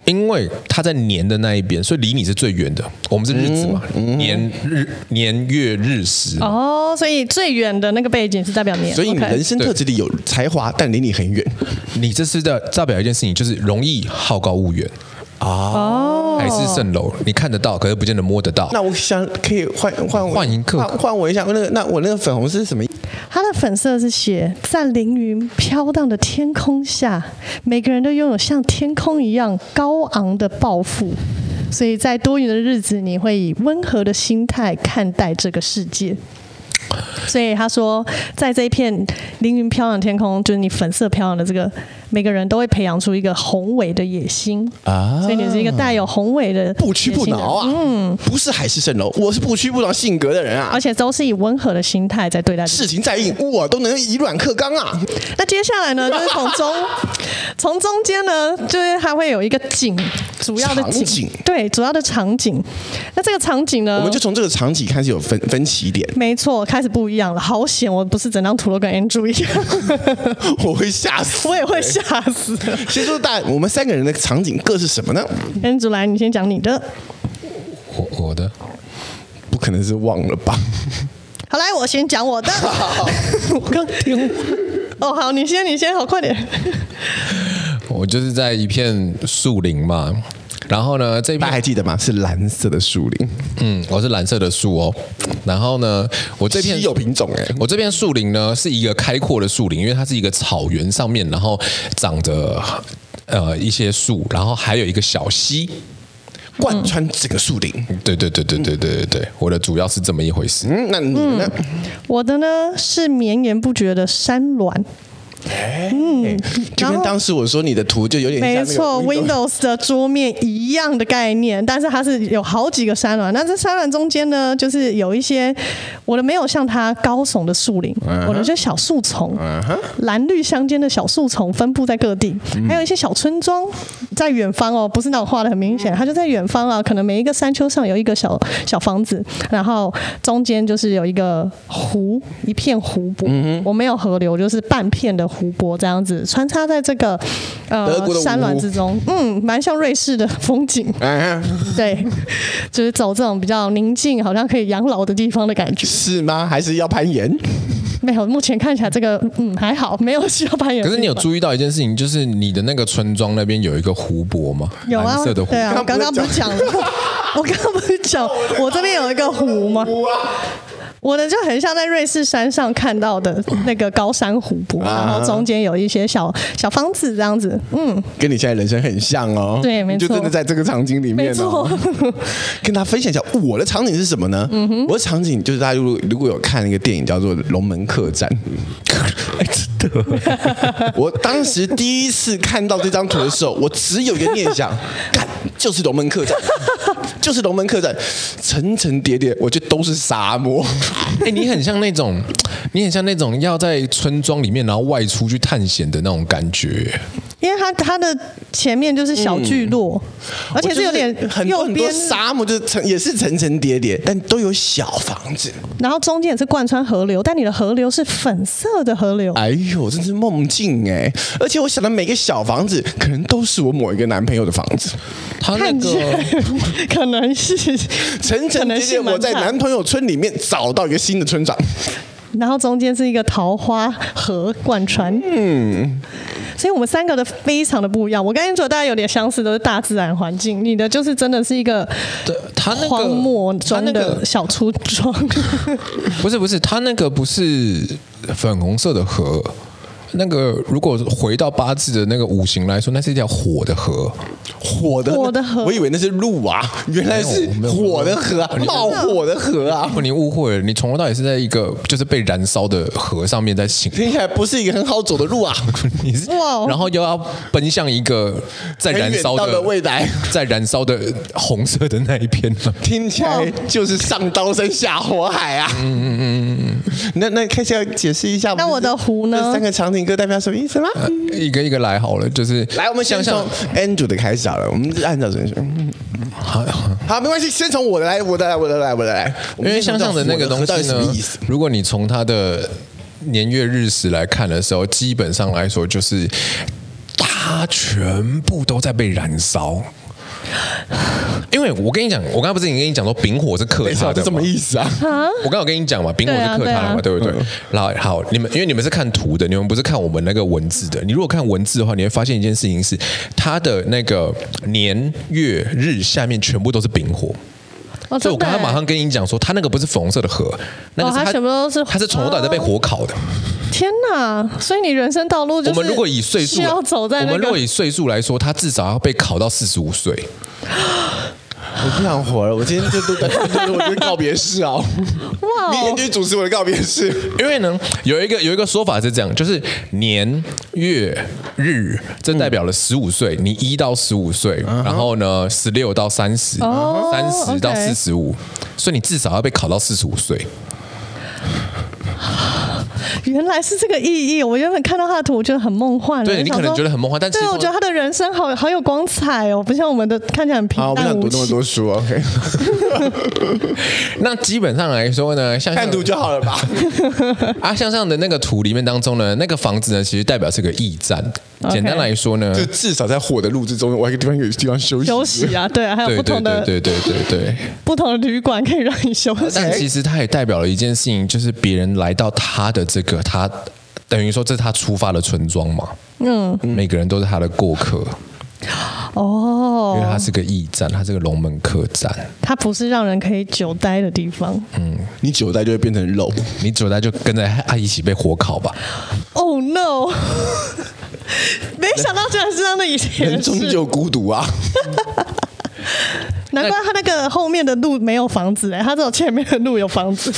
A: 因为它在年的那一边，所以离你是最远的。我们是日子嘛，
C: 嗯
A: 年日年月日时。
B: 哦，所以最远的那个背景是代表年，
C: 所以你
B: OK
C: 人生特质里有才华，但离你很远。
A: 你这是在代表一件事情，就是容易好高骛远。
B: 哦，
A: 海市蜃楼，你看得到，可是不见得摸得到。
C: 那我想可以换换我
A: 换一个
C: 换换我一下。那个那我那个粉红是什么？
B: 他的粉色是写在凌云飘荡的天空下，每个人都拥有像天空一样高昂的抱负。所以在多云的日子，你会以温和的心态看待这个世界。所以他说，在这一片凌云飘扬的天空，就是你粉色飘扬的这个，每个人都会培养出一个宏伟的野心
C: 啊
B: 所以你是一个带有宏伟的
C: 不屈不挠啊！嗯，不是海市蜃楼，我是不屈不挠性格的人啊
B: 而。且都是以温和的心态在对待这个
C: 事情再硬，我都能以软克刚啊！
B: 那接下来呢，就是从 中从中间呢，就是它会有一个景，主要的景，
C: 场景
B: 对，主要的场景。那这个场景呢，
C: 我们就从这个场景开始有分分歧点，
B: 没错，开始不一样了。好险，我不是整张图都跟 Andrew 一样，
C: 我会吓死。
B: 我也会吓死。
C: 先说大，我们三个人的场景各是什么呢？
B: Andrew 来，你先讲你的。
A: 我我的
C: 不可能是忘了吧？
B: 好，来，我先讲我的。我刚听。哦，好，你先，你先，好，快点。
A: 我就是在一片树林嘛，然后呢，这一
C: 大家还
A: 片
C: 记得吗？是蓝色的树林，
A: 嗯，我是蓝色的树哦，然后呢，我这片
C: 稀有品种哎、
A: 我这片树林呢是一个开阔的树林，因为它是一个草原上面，然后长着呃一些树，然后还有一个小溪。
C: 贯穿整个树林。
A: 对对对对对对对对，我的主要是这么一回事。
C: 嗯，那你呢？
B: 我的呢是绵延不绝的山峦，
A: 哎
C: 就
B: 然
C: 跟
B: 后
C: 当时我说你的图就有点像
B: 没
C: 那个
B: 错
C: Windows
B: ，Windows 的桌面一样的概念，但是它是有好几个山峦。那这山峦中间呢，就是有一些我的没有像它高耸的树林
C: 嗯
B: 我的就小树丛蓝绿相间的小树丛分布在各地，还有一些小村庄在远方哦，不是那种画的很明显，它就在远方啊。可能每一个山丘上有一个小小房子，然后中间就是有一个湖，一片湖泊。
C: 嗯
B: 我没有河流，就是半片的湖泊这样子穿插在这个呃
C: 德国的
B: 山峦
C: 屋，
B: 之中，嗯，蛮像瑞士的风 景
C: 啊，
B: 对，就是走这种比较宁静，好像可以养老的地方的感觉。
C: 是吗？还是要攀岩？
B: 没有，目前看起来这个嗯还好，没有需要扮演。
A: 可是你有注意到一件事情，就是你的那个村庄那边有一个湖泊吗？
B: 有啊
A: 蓝色的，湖
B: 对。啊，我刚
C: 刚
B: 刚
C: 刚
B: 不
C: 不
B: 是
C: 是
B: 讲了，我刚刚不是讲我这边有一个湖吗？我的就很像在瑞士山上看到的那个高山湖泊，然后中间有一些小小房子这样子，嗯，
C: 跟你现在人生很像哦。
B: 对没错
C: 你就真的在这个场景里
B: 没
C: 面
B: 错 嗯
C: 哦。。跟大家分享一下我的场景是什么呢？我的场景就是大家如果如果有看一个电影叫做《龙门客栈》， 哎真的，我当时第一次看到这张图的时候，我只有一个念想，看就是龙门客栈， 就是龙门客栈，层层叠叠，我觉得都是沙漠。
A: 哎、你很像那种，你很像那种要在村庄里面，然后外出去探险的那种感觉。
B: 因为它它的前面就是小聚落，而且是有点
C: 嗯我就是很多
B: 右
C: 很多
B: 边，
C: 沙漠，就是层也是层层叠叠，但都有小房子。
B: 然后中间也是贯穿河流，但你的河流是粉色的河
A: 啊
B: 流，
C: 哎呦，真是梦境哎！而且我想的每个小房子，可能都是我某一个男朋友的房子，
A: 他哦那
B: 看起来
A: 个
B: 可能是
C: 层层叠 叠。
B: 性蛮
C: 我在
B: 差
C: 男朋友村里面找到一个新的村长，
B: 然后中间是一个桃花河贯穿。嗯，所以我们三个的非常的不一样。我跟 Angel 大家有点相似，都是大自然环境，你的就是真的是一个
A: 对他啊那个啊
B: 荒漠中
A: 他那个
B: 的小村 庄。
A: 不是不是，它那个不是粉红色的河，那个如果回到八字的那个五行来说，那是一条火的河。
C: 火的
B: 火的河
C: 我以为那是路啊，原来是
A: 没有没有
C: 火的河啊，冒火的河啊，
A: 不，你误会了，你从头到尾是在一个就是被燃烧的河上面在行，
C: 听起来不是一个很好走的路啊。
A: 你是
B: 哇
A: 然后又要奔向一个在燃烧
C: 哦很远到的未来
A: 在燃烧的红色的那一片了。
C: 听起来就是上刀山下火海啊！嗯嗯嗯嗯。那那开始要解释一下，
B: 那我的湖呢
C: 这三个场景各代表什么意思吗？
A: 一个一个来好了，就是
C: 来，我们
A: 想
C: 先
A: 想
C: 从 Andrew 的开始好了，我们按照顺序。好，没关系，先从我的来，我的来，我的来，我的来。我
A: 因
C: 们
A: 为
C: 先
A: 相像的那个
C: 从
A: 东
C: 我的河到底
A: 西
C: 什么
A: 呢
C: 意思？，
A: 如果你从它的年月日时来看的时候，基本上来说就是它全部都在被 燃烧。因为我跟你讲，我刚才不是已经跟你讲说丙火是克
C: 少
A: 他的吗
C: 什么意思啊？
A: 我刚有跟你讲嘛，丙火是克他的嘛，
B: 对
A: 对不对？然后好，你们因为你们是看图的，你们不是看我们那个文字的。你如果看文字的话，你会发现一件事情是，它的那个年月日下面全部都是丙火。
B: 哦，
A: 所以
B: 真
A: 我
B: 的
A: 刚刚
B: 耶
A: 马上跟你讲说，它那个不是粉红色的河，那个
B: 哦
A: 是它、
B: 它全部都是哦
A: 它是从头到尾在被火烤的。
B: 天哪！所以你人生道路就是
A: 我们如果以岁数
B: 需
A: 来，
B: 要走在
A: 我
B: 那
A: 们如
B: 个
A: 果以岁数来说，它至少要被烤到四十五岁。
C: 我不想活了，我今天就都我就是告别式啊！
B: 哇
C: 明天就
B: 哦，
C: 主持我的告别式。
A: 因为呢，有一个有一个说法是这样，就是年月日，这代
B: 嗯
A: 表了十五岁，你一到十五岁，然后呢，十六到三十、
B: 哦
A: 三十到
B: OK
A: 四十五，所以你至少要被烤到四十五岁。
B: 原来是这个意义。我原本看到他的图觉得很梦幻，
A: 对
B: 我
A: 你
B: 想
A: 可能
B: 说
A: 觉得很梦幻，但其实
B: 对，我觉得他的人生好好有光彩哦，不像我们的看起来很平
C: 好，我不
A: 啊
B: 淡
C: 想
B: 无
C: 读那么
B: 奇。
C: 多书，OK，
A: 那基本上来说呢，像
C: 看图就好了吧？
A: 啊，像上的那个图里面当中呢，那个房子呢，其实代表是个驿站。
B: OK
A: 简单来说呢，
C: 就至少在火的路之中，我还有个地方有地方休息。
B: 休息啊， 对啊，还有
A: 对
B: 不
A: 对
B: 同
A: 对
B: 的
A: 对对对 对。
B: 不同的旅馆可以让你休息。
A: 但其实它也代表了一件事情，就是别人来到他的这个他。等于说，这是他出发的村庄嘛？嗯，每个人都是他的过客，因为
B: 哦，
A: 它是个驿站，它是个龙门客栈。
B: 它不是让人可以久待的地方。
A: 嗯
C: 你久待就会变成肉。
A: 你走在就跟着他一起被火烤 吧。
B: Oh no！没想到居然是让那以前
C: 人
B: 的
C: 终
B: 事，
C: 究孤独啊！
B: 难怪他那个后面的路没有房子哎、他只有前面的路有房子。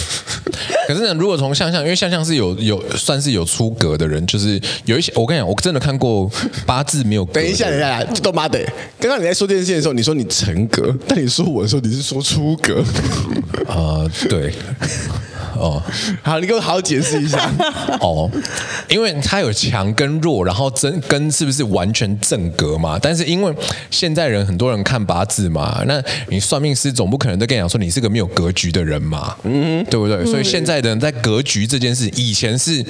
A: 可是呢，如果从向向，因为向向是有有算是有出格的人，就是有一些我跟你讲，我真的看过八字没有格的
C: 等
A: 人。
C: 一下，等一下，都妈的！刚刚你在说这件事情的时候，你说你成格，但你说我的时候，你是说出格。
A: 啊，对，哦
C: 好，你给我好好解释一下。
A: 哦，因为它有强跟弱，然后真跟是不是完全正格嘛？但是因为现在人很多人看八字嘛，那你算命师总不可能都跟你讲说你是个没有格局的人嘛，嗯，对不对？所以现在的人在格局这件事，以前是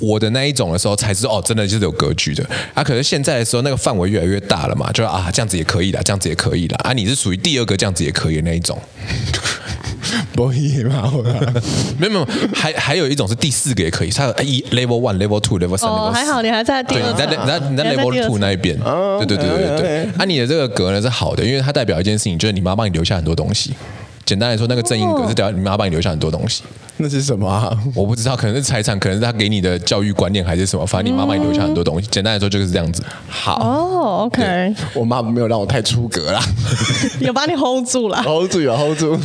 A: 我的那一种的时候才知道哦，真的就是有格局的啊。可是现在的时候，那个范围越来越大了嘛，就是啊，这样子也可以啦，这样子也可以啦啊，你是属于第二个这样子也可以的那一种。
C: 不一嘛，
A: 没有没有，哦还还有一种是第四个也可以，它有一 level one、level two、level 三、
B: 哦，
A: level
B: 还
A: 四。
B: 好你还在第
A: 对，
B: 二
A: 你在你在你在
B: 你还在第
A: level
B: 二
A: two
B: 层
A: 那一边，对对对对对。啊，你的这个格呢是好的，因为它代表一件事情，就是你妈帮你留下很多东西。简单来说，那个正印格是代表你妈帮你留下很多东西。
C: 那是什么、啊？
A: 我不知道，可能是财产，可能是他给你的教育观念还是什么，反正你妈帮你留下很多东西。简单来说就是这样子。
C: 好，
B: 哦，OK，
C: 我妈没有让我太出格 啦
B: 有把你 hold 住了。
C: ，hold 住有啊 hold 住。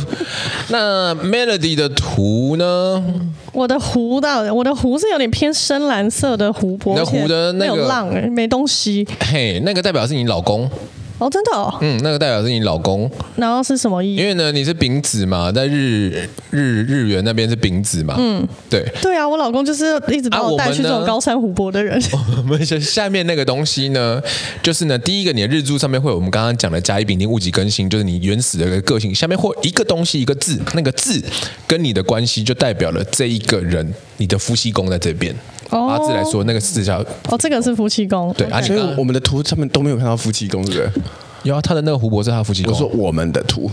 A: 那 Melody 的图呢？
B: 我的湖的，我的湖是有点偏深蓝色的湖泊，
A: 你的湖的那个
B: 而且没有浪、哎没东西。
A: 嘿，那个代表是你老公，
B: 哦，真的、哦。
A: 嗯，那个代表是你老公。
B: 然后是什么意
A: 因
B: 义？
A: 为呢，你是丙子嘛，在日日日元那边是丙子嘛，嗯，对。
B: 对啊，我老公就是一直把
A: 啊我
B: 我带
A: 们
B: 去这
A: 呢哦
B: 种高山湖泊的人。
A: 我们下下面那个东西呢，就是呢，第一个你的日柱上面会有我们刚刚讲的甲乙丙丁戊己庚辛，就是你原始的个性，下面会有一个东西一个字，那个字跟你的关系就代表了这一个人，你的夫妻宫在这边。
B: 哦
A: 八字来说，那个字叫
B: 哦，这个是夫妻宫。
A: 对，而啊
C: 所
A: 且
C: 以我们的图上面都没有看到夫妻宫，对不对？
A: 然后他的那个湖泊是他的夫妻宫
C: 我。说我们的图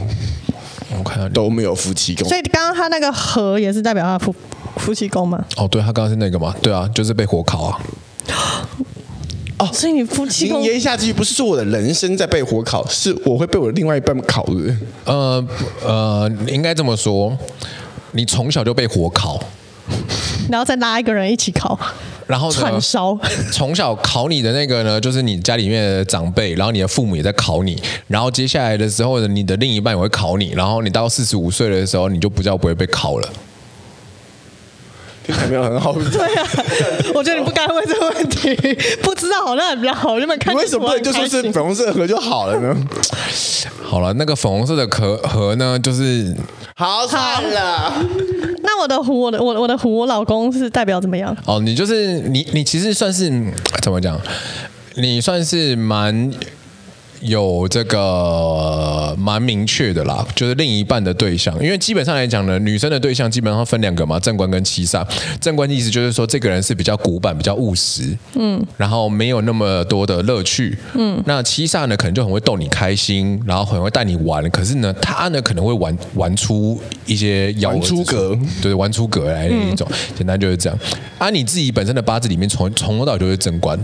A: 我看到
C: 都没有夫妻宫
B: 所。以刚刚他那个河也是代表他的夫夫妻宫嘛？
A: 哦，对，他刚刚是那个嘛，对啊，就是被火烤啊。
C: 哦
B: 所以你夫妻
C: 行
B: 共
C: 言下之意不是说我的人生在被火烤，是我会被我的另外一半烤的。
A: 呃呃，应该这么说，你从小就被火烤，
B: 然后再拉一个人一起烤
A: 然后呢
B: 串烧，
A: 从小考你的那个呢，就是你家里面的长辈，然后你的父母也在考你，然后接下来的时候呢，你的另一半也会考你，然后你到四十五岁的时候，你就不叫不会被考了。
C: 听起来没有很 好。
B: 对啊，我觉得你不该问这个问题，不知道好像比较好，原本看
C: 你为什么不能就说 是
B: 很开心
C: 粉红色盒就好了呢？
A: 好了，那个粉红色的壳盒呢，就是
C: 好，算了。
B: 那我的壶，我的我的我的壶，我老公是代表怎么样？
A: 哦，你就是你，你其实算是嗯怎么讲？你算是蛮有这个蛮明确的啦，就是另一半的对象。因为基本上来讲呢，女生的对象基本上分两个嘛，正官跟七煞。正官的意思就是说，这个人是比较古板、比较务实，嗯，然后没有那么多的乐趣，嗯。那七煞呢，可能就很会逗你开心，然后很会带你玩。可是呢，他呢可能会玩玩出一些咬
C: 玩出格
A: 对，玩出格来的一种，简单就是这样。啊，你自己本身的八字里面从从头到尾就是正官。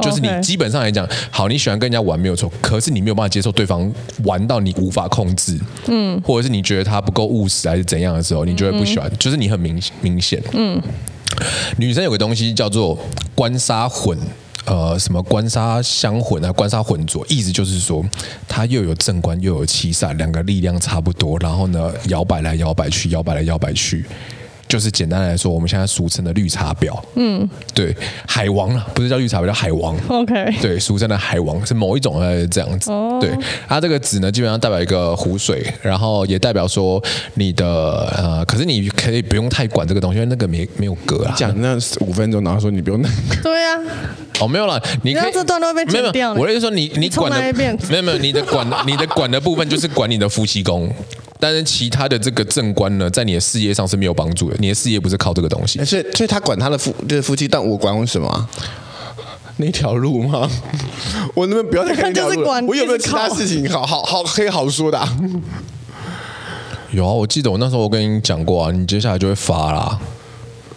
A: 就是你
B: OK
A: 基本上来讲，好，你喜欢跟人家玩没有错，可是你没有办法接受对方玩到你无法控制，嗯，或者是你觉得他不够务实还是怎样的时候，你就会不喜欢，就是你很明明显，嗯。女生有个东西叫做官杀混，呃，什么官杀相混啊，官杀混浊，意思就是说，它又有正官又有七煞，两个力量差不多，然后呢，摇摆来摇摆去，摇摆来摇摆去。就是简单来说，我们现在俗称的绿茶婊，嗯，对，海王啊，不是叫绿茶婊，叫海王，
B: OK，
A: 对，俗称的海王是某一种呃这样子。
B: 哦
A: 对，它这个子呢，基本上代表一个湖水，然后也代表说你的呃，可是你可以不用太管这个东西，因为那个没没有格啊。
C: 讲那五分钟，然后说你不用那个，
B: 对啊，
A: 哦，没有了，你可
B: 你
A: 以
B: 知道这段都会被
A: 没有
B: 剪掉
A: 没有我的意思说你你
B: 你重
A: 管的
B: 来一遍
A: 没有没有，你的管你的管的部分就是管你的夫妻宫。但是其他的这个正官呢，在你的事业上是没有帮助的。你的事业不是靠这个东西，
C: 所以所以他管他的夫就是夫妻，但我管我什么啊、 那条路吗？我能不能不要再看那条
B: 就是
C: 路了？
B: 管
C: 我有没有
B: 一直
C: 其他
B: 靠
C: 事情好好好可以好说的、啊？
A: 有啊，我记得我那时候我跟你讲过啊，你接下来就会发啦。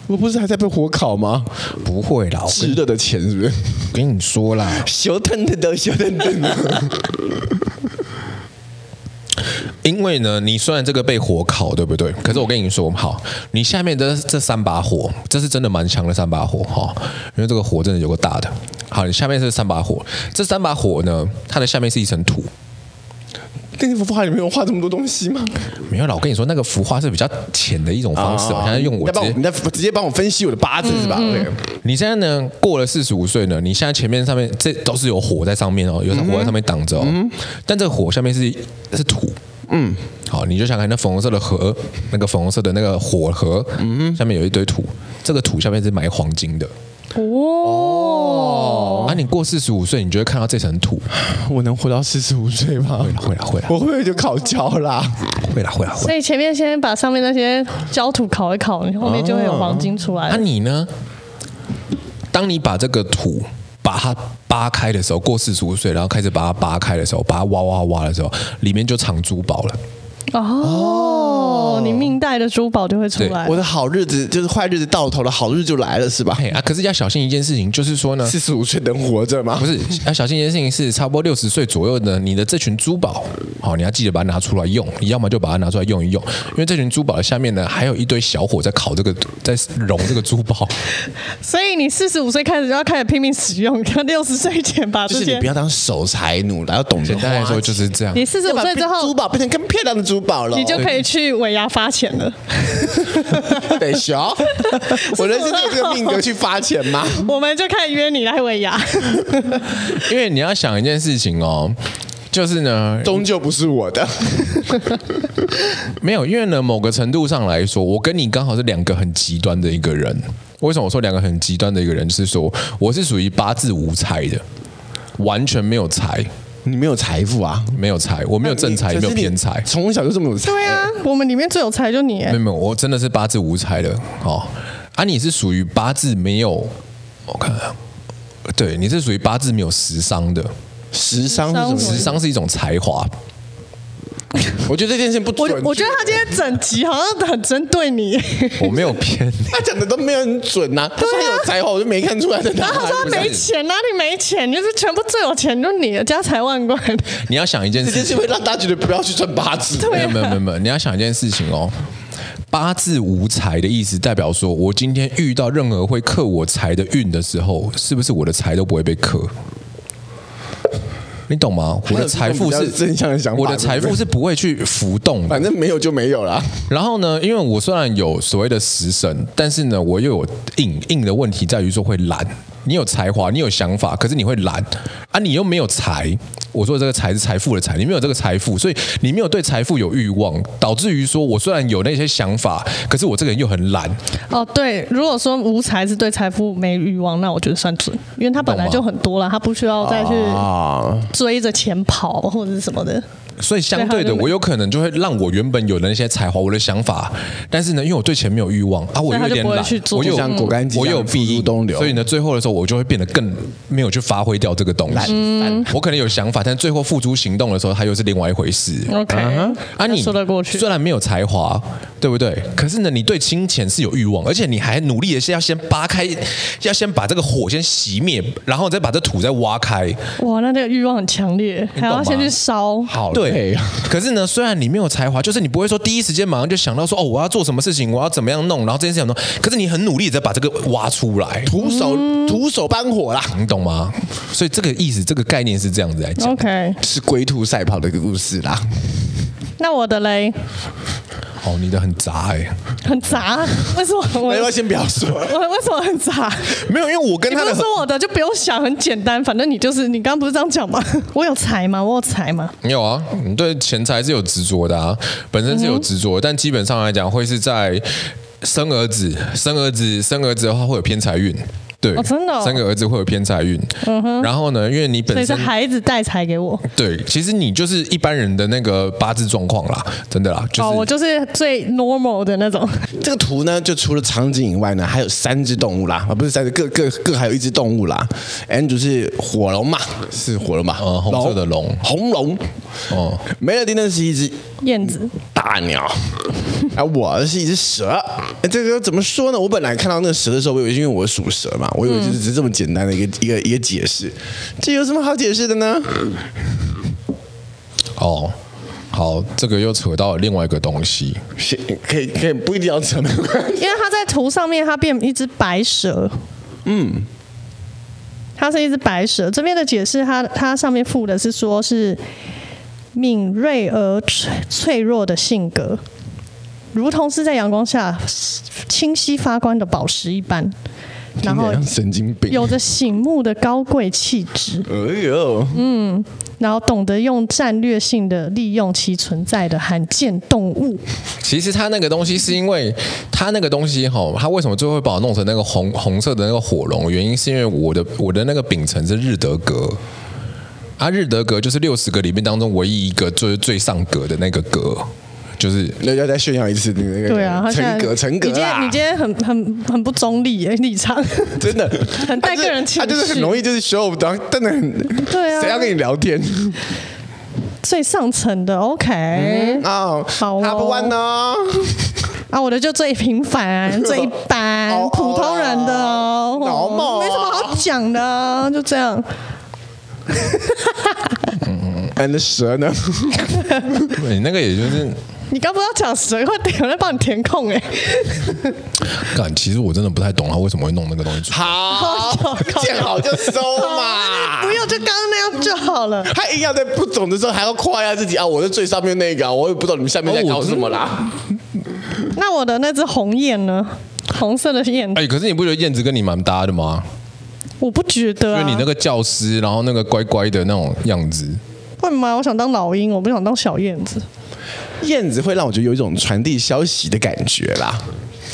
C: 我不是还在被火烤吗？
A: 不会啦，我跟
C: 炙热的钱 是不是？
A: 我跟你说啦，
C: 修腾腾的，修腾腾的。
A: 因为呢，你虽然这个被火烤，对不对？可是我跟你说，好，你下面的这三把火，这是真的蛮强的三把火哈、因为这个火真的有个大的。好，你下面是三把火，这三把火呢，它的下面是一层土。
C: 那幅画里面有画这么多东西吗？
A: 没有啦，我跟你说，那个浮化是比较浅的一种方式。我啊现在用我
C: 要
A: 直
C: 帮我
A: 接
C: 啊
A: 嗯
C: 你再直接帮我分析我的八字是吧？对，
A: 你现在呢过了四十五岁呢，你现在前面上面这都是有火在上面哦，有火在上面挡着哦，但这个火下面是是土。嗯，好，你就想看那粉红色的河，那个粉红色的那个火河，嗯，下面有一堆土，这个土下面是埋黄金的。
B: 哦，
A: 啊，你过四十五岁，你就会看到这层土。
C: 我能活到四十五岁吗？
A: 会啦，会啦，
C: 我会不会就烤焦啦？
A: 会啦，会啦，会啦。
B: 所以前面先把上面那些焦土烤一烤，你后面就会有黄金出来
C: 啊
A: 那、
B: 了。
A: 啊你呢？当你把这个土把它扒开的时候，过四十五岁，然后开始把它扒开的时候，把它挖挖挖的时候，里面就藏珠宝了。
B: 哦，你命带的珠宝就会出
A: 哎
B: 来
C: 我。的好日子就是坏日子到头了，好日子就来了是吧？
A: 嘿啊，可是要小心一件事情，就是说呢，
C: 四十五岁能活着吗？
A: 不是要小心一件事情是，差不多六十岁左右的你的这群珠宝，好，你要记得把它拿出来用，你要么就把它拿出来用一用，因为这群珠宝的下面呢，还有一堆小火在烤这个，在融这个珠宝，
B: 所以你四十五岁开始就要开始拼命使用，看六十岁前把这
C: 就是你
B: 些
C: 不。要当守财奴了，要懂得
A: 简单来
C: 花
A: 说
C: 钱
A: 就是这样
B: 你。四十
C: 要
B: 五
C: 把
B: 岁之后
C: 珠，宝变成更漂亮的珠宝了。
B: 你就可以去尾牙发钱了。
C: 得学， 我人生有这个命格去发钱吗？
B: 我们就看约你来尾牙。
A: 因为你要想一件事情哦，就是呢，
C: 终究不是我的。
A: 没有，因为呢，某个程度上来说，我跟你刚好是两个很极端的一个人。为什么我说两个很极端的一个人？就是说我是属于八字无财的，完全没有财，
C: 你没有财富 啊，
A: 没有财，我没有正财，也没有偏财。
C: 从小就这么有财。
B: 对啊，我们里面最有才就你
A: 没
B: 耶。
A: 有没有，我真的是八字无财的哦。啊，你是属于八字没有，我看啊，对，你是属于八字没有食伤的。
C: 时尚是什么意
B: 时
C: 思？
A: 食伤是一种才华，
C: 我觉得这件事情不
B: 我
C: 准
B: 我觉得他今天整集好像很针对 你，
A: 我没有骗你。
C: 他讲的都没有很准呐、
B: 啊
C: 他说他有才华，我就没看出来在哪
B: 然后他说他
C: 里。
B: 没钱，哪里没钱？就是全部最有钱就是你，家财万贯。
A: 你要想一件
C: 这
A: 事
C: 件事
A: 情，
C: 情会让大家觉得不要去算八字。
A: 没有没有没有没有，你要想一件事情哦。八字无财的意思，代表说我今天遇到任何会克我财的运的时候，是不是我的财都不会被克？你懂吗？我的财富
C: 还有
A: 是
C: 这种比较正向的想法
A: 我的财
C: 对
A: 富
C: 不对
A: 是不会去浮动的
C: 反。正没有就没有啦。
A: 然后呢，因为我虽然有所谓的食神，但是呢，我又有硬硬的问题在于说会懒。你有才华，你有想法，可是你会懒啊，你又没有财。我说的这个财是财富的财，你没有这个财富，所以你没有对财富有欲望，导致于说我虽然有那些想法，可是我这个人又很懒，
B: 哦，对，如果说无财是对财富没欲望，那我觉得算准，因为他本来就很多了，他不需要再去
C: 啊，
B: 追着钱跑或者是什么的。
A: 所以相对
B: 对他
A: 的，
B: 就没
A: 我有可能就会让我原本有的那些才华，我的想法，但是呢，因为我对钱没有欲望啊，我
B: 所以
A: 又
B: 他
A: 有
B: 就
A: 点
B: 不会
A: 懒
B: 去，做
A: 我有
B: 就像
C: 果干机
A: 我有
C: 这样付诸
A: 必应
C: 东流
A: 所以呢，最后的时候我就会变得更没有去发挥掉这个东西。
B: 嗯
A: 我可能有想法，但最后付诸行动的时候，它又是另外一回事。
B: OK，、
A: 啊你，
B: 哦说得过去
A: 虽然没有才华，对不对？可是呢，你对金钱是有欲望，而且你还努力的是要先扒开，要先把这个火先熄灭，然后再把这土再挖开。
B: 哇，那这个欲望很强烈，还
A: 懂
B: 要
A: 吗
B: 先去烧。
C: 好累
A: 对
C: 啊，
A: 可是呢，虽然你没有才华，就是你不会说第一时间马上就想到说哦，我要做什么事情，我要怎么样弄，然后这件事情弄，可是你很努力的把这个挖出来，
C: 徒手徒手搬火啦，
A: 你懂吗？所以这个意思，这个概念是这样子来哎
B: 哦
A: 讲。
B: OK，
C: 是龟兔赛跑的一个故事啦。
B: 那我的嘞
A: 哦，你的很杂哎、
B: 很 杂，为什么我
C: 那要先不要说，
B: 我为什么很杂？
A: 没有，因为我跟
B: 你
A: 他
B: 不
A: 的
B: 是说我的就不用想，很简单，反正你就是你刚刚不是这样讲吗？ 我有才吗？我有才吗？
A: 没有啊，你对钱财是有执着的啊，本身是有执
B: 嗯
A: 着，但基本上来讲会是在生儿子、生儿子、生儿子的话会有偏财运。对，
B: 哦真的哦嗯
A: 生个儿子会有偏财运。然后呢，因为你
B: 所以
A: 本
B: 是
A: 身
B: 孩子带财给我。
A: 对，其实你就是一般人的那个八字状况啦，真的啦，就是、
B: 哦，我就是最 normal 的那种。
C: 这个图呢，就除了场景以外呢，还有三只动物啦，啊，不是三只，各各各还有一只动物啦。Andrew 是火龙嘛，是火龙嘛，
A: 呃红色的龙
C: 红龙。
A: 哦，
C: Melody 呢是一只
B: 燕子，
C: 大鸟，啊，我是一只蛇。哎这个怎么说呢？我本来看到那个蛇的时候，我以为是因为我属蛇嘛，我以为就是只是这么简单的一个、一个一个解释，这有什么好解释的呢？
A: 哦，好，这个又扯到了另外一个东西，
C: 是 可以可以不一定要 扯，没关系。
B: 因为它在图上面它变一只白蛇。嗯。它是一只白蛇，这边的解释它，它上面附的是说是敏锐而脆脆弱的性格，如同是在阳光下清晰发光的宝石一般，然后
C: 听起来像神经病。
B: 有着醒目的高贵气质，
C: 哎呦，
B: 嗯然后懂得用战略性的利用其存在的罕见动物。
A: 其实它那个东西是因为它那个东西哈，它为什么最后会把我弄成那个红红色的那个火龙？原因是因为我的我的那个秉承是日德格。啊，日德格就是六十个里面当中唯一一个就是最上格的那个格，就是
C: 那要再炫耀一次你那个
B: 对啊，他现
C: 成
B: 在
C: 格成格
B: 你今
C: 啦
B: 天你今天很很很不中立耶，立场
C: 真的
B: 很
C: 他
B: 带
C: 就是
B: 个人情绪
C: 他就是很容易就是 show off，然后真的很
B: 对啊
C: 谁要跟你聊 天
B: 最上层的 OK
C: 啊？
B: 好哦
C: 他不玩 呢，
B: 啊，我的就最 平凡、最一般
C: 哦、
B: 普通人的哦，
C: 脑冒啊
B: 没什么好讲的啊，就这样。
C: 俺的蛇呢？
A: 你哎那个也就是，
B: 你刚不是要讲谁快点，我在帮你填空哎。
C: 啊
A: 干，其实我真的不太懂他为什么会弄那个东西出来。
C: 好， 见好就收嘛，
B: 不用，就刚刚那样就好了。
C: 他硬要在不懂的时候还要夸一下自己啊！我是最上面那个啊，我也不懂你们下面在搞什么啦。
B: 那我的那只红雁呢？红色的燕子，
A: 哎、可是你不觉得燕子跟你蛮搭的吗？
B: 我不觉得
A: 因
B: 啊。
A: 为你那个教师，然后那个乖乖的那种样子，
B: 会啊吗？我想当老鹰，我不想当小燕子。
C: 燕子会让我觉得有一种传递消息的感觉啦，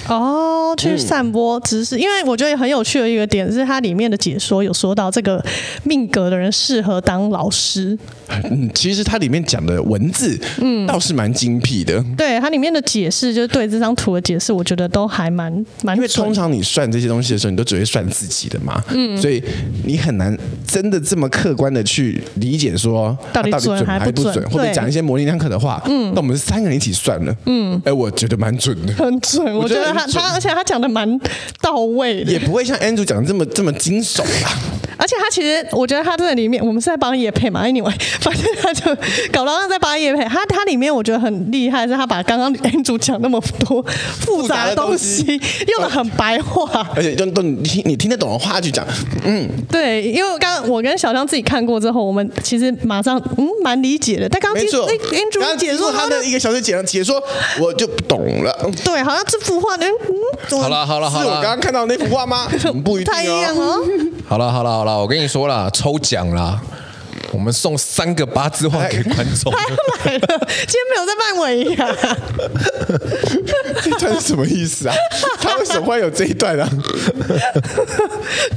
B: 哦，后去散播知
A: 嗯
B: 识，因为我觉得很有趣的一个点是，它里面的解说有说到这个命格的人适合当老师。
C: 嗯，其实它里面讲的文字，嗯，倒是蛮精辟的。
B: 对它里面的解释，就是对这张图的解释，我觉得都还蛮蛮
C: 因为
B: 准
C: 通
B: 的
C: 常你算这些东西的时候，你都只会算自己的嘛，嗯，所以你很难真的这么客观的去理解说
B: 到底
C: 它
B: 准
C: 准
B: 还
C: 还
B: 不准
C: 准，或者
B: 对
C: 讲一些模棱两可的话，嗯，那我们三个人一起算了，嗯，哎，我觉得蛮准的，
B: 很准，我
C: 我
B: 觉
C: 觉
B: 得
C: 得
B: 他
C: 很准
B: 他，而且他讲的蛮到位的
C: 也，不会像 Andrew 讲的这么这么惊悚啊啦。
B: 而且他其实我觉得他这里面，我们是在帮叶配嘛，anyway，反正他就搞到像在帮叶配，他他里面我觉得很厉害，是他把刚刚 Andrew 讲那么多复杂的东
C: 复
B: 西
C: 杂的
B: 用的很白话，
C: 而且用用你听你听得懂的话去讲，
B: 哦
C: 嗯，
B: 对，因为刚刚我跟小江自己看过之后，我们其实马上嗯蛮理解的，但刚刚
C: 没
B: 听
C: 错。
B: 诶 Andrew 解
C: 说
B: 说
C: 他的一个小时解解说，我就不懂了。嗯
B: 对，好像这幅画，嗯，
A: 好了好了
C: 是
A: 好
C: 我刚
A: 了
C: 刚看到那幅画吗？嗯不一 定
B: 不太一样
C: 哦。
B: 哦。
A: 好了好了好了，我跟你说啦，抽奖啦，我们送三个八字画给观众。
B: 他又来了，今天没有在办尾牙。
C: 这段是什么意思啊？他为什么会有这一段啊？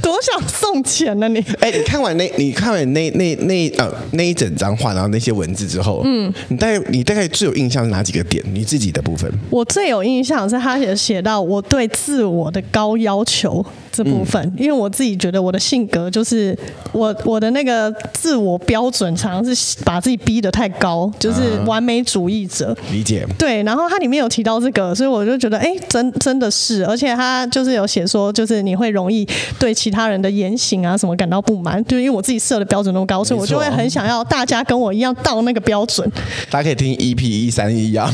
B: 多想送钱呢、你？
C: 哎、你看完那，你看完那那那呃那一整张画，然后那些文字之后，嗯，你大概你大概最有印象是哪几个点？你自己的部分？
B: 我最有印象是他写写到我对自我的高要求这部分，因为我自己觉得我的性格就是我我的那个自我标准常常是把自己逼得太高，就是完美主义者。
C: 理解？
B: 对，然后它里面有提到这个，所以我就觉得，哎，真真的是，而且他就是有写说，就是你会容易对其他人的言行啊什么感到不满，就因为我自己设的标准那么高，所以我就会很想要大家跟我一样到那个标准，
C: 大家可以听 EP 一三一啊，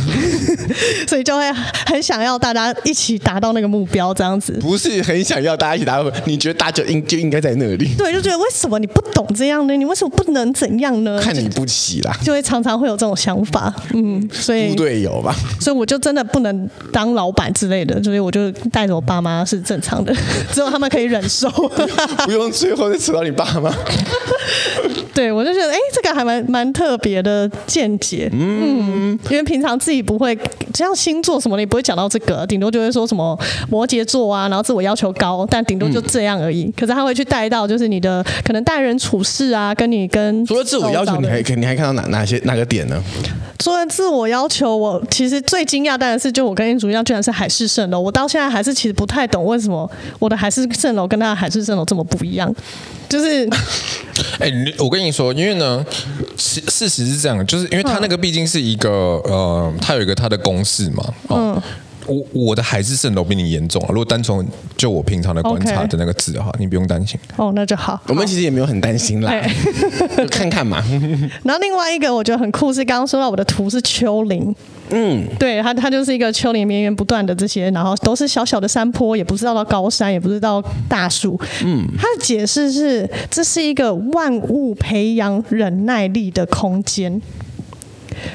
B: 所以就会很想要大家一起达到那个目标，这样子。
C: 不是很想要大家一起打，你觉得大家就应就应该在那里，
B: 对，就觉得为什么你不懂这样呢？你为什么不能怎样呢？
C: 看你不起啦，
B: 就会常常会有这种想法，嗯，所以
C: 部队友 吧。
B: 所以我就真的不能当老板之类的，所以我就带着我爸妈是正常的， 只有他们可以忍受。
C: 不用最后再扯到你爸妈。
B: 对我就觉得，哎、这个还蛮蛮特别的见解。嗯因为平常自己不会，像星座什么的，你不会讲到这个，顶多就会说什么摩羯座啊，然后自我要求高，但顶多就这样而已。
C: 嗯
B: 可是他会去带到，就是你的可能待人处事啊，跟你跟
C: 除了自我要求，你还你还看到哪哪些哪个点呢？
B: 除了自我要求，我其实最惊讶当然是，就我跟英主一样，居然是海市蜃楼。我到现在还是其实不太懂为什么我的海市蜃楼跟他的海市蜃楼这么不一样，就是
A: 哎、你我跟你说，因为呢，事事实是这样，就是因为他那个毕竟是一个、呃，他有一个他的公式嘛，哦、我我的海市蜃楼比你严重啊！如果单从就我平常的观察
B: OK
A: 的那个字哈你不用担心。
B: 哦，那就好。
C: 我们其实也没有很担心啦
B: 哎，
C: 就看看 嘛。
B: 然后另外一个我觉得很酷是，刚刚说到我的图是丘陵，嗯，对，它它就是一个丘陵绵延不断的这些，然后都是小小的山坡，也不是到高山，也不是到大树，嗯，它的解释是这是一个万物培养忍耐力的空间。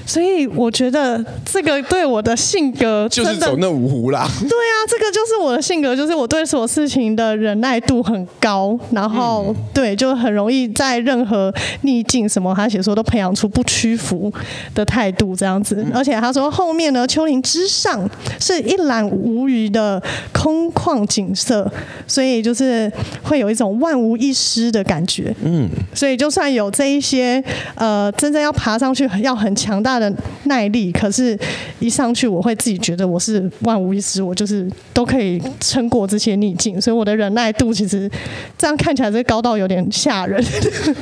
B: 所以我觉得这个对我的性格
C: 就
B: 真
C: 是
B: 的
C: 走那五湖啦，
B: 对啊，这个就是我的性格，就是我对所有事情的忍耐度很高，然后、对，就很容易在任何逆境什么，他写说都培养出不屈服的态度这样子。而且他说后面呢，丘陵之上是一览无余的空旷景色，所以就是会有一种万无一失的感觉。嗯，所以就算有这一些呃，真正要爬上去要很强大的耐力，可是一上去我会自己觉得我是万无一失，我就是都可以撑过这些逆境，所以我的忍耐度其实这样看起来是高到有点吓人。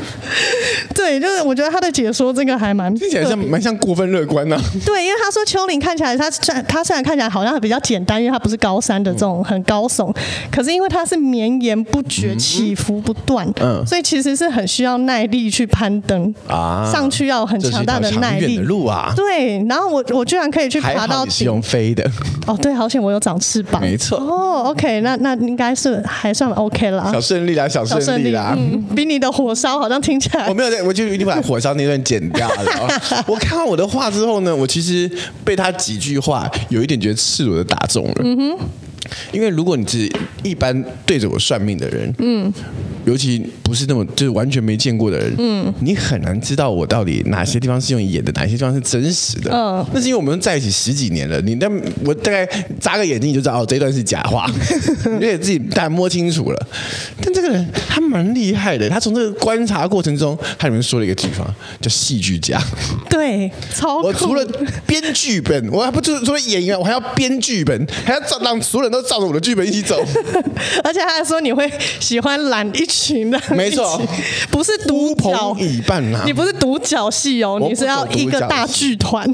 B: 对，就是我觉得他的解说这个还蛮
C: 听起来
B: 特
C: 像
B: 别
C: 蛮像过分乐观呐。
B: 对，因为他说丘陵看起来，它虽然它虽然看起来好像比较简单，因为它不是高山的这种很高耸，可是因为它是绵延不绝、起伏不断，嗯
C: 嗯
B: 所以其实是很需要耐力去攀登
C: 啊
B: 上去要有很
C: 这是
B: 强
C: 一
B: 大
C: 条
B: 的耐
C: 长
B: 力
C: 远的。路啊，
B: 对，然后我我居然可以去
C: 还
B: 爬
C: 好
B: 到
C: 你是
B: 顶
C: 用飞的，
B: 哦，对，好险我有长翅膀，
C: 没错，
B: 哦，OK，那那应该是还算 OK 啦
C: 小，胜利啦，啊小
B: 小
C: 胜利啦。
B: 嗯，比你的火烧好像听起来
C: 我没有在，我就一定把火烧那段剪掉了 哦。我看完我的话之后呢，我其实被他几句话有一点觉得赤裸的打中了。因为如果你是一般对着我算命的人，嗯，尤其不是那么就是完全没见过的人，嗯，你很难知道我到底哪些地方是用演的，哪些地方是真实的。
B: 嗯
C: 嗯，那是因为我们在一起十几年了，你但我大概眨个眼睛你就知道哦，这一段是假 话，你就给自己大概摸清楚了。但这个人他蛮厉害的，他从这个观察过程中，他里面说了一个地方叫戏剧家。
B: 对，超酷。
C: 我除了编剧本，我还不除除了演员，我还要编剧本，还要照让所有人都照着我的剧本一起 走。
B: 而且他还说你会喜欢懒一群的，
C: 没错
B: 一起，不是独角
C: 乌篷以伴啊
B: 你不是独角戏哦，
C: 我
B: 你
C: 不
B: 是要
C: 走独
B: 一个
C: 角
B: 大
C: 戏
B: 剧团。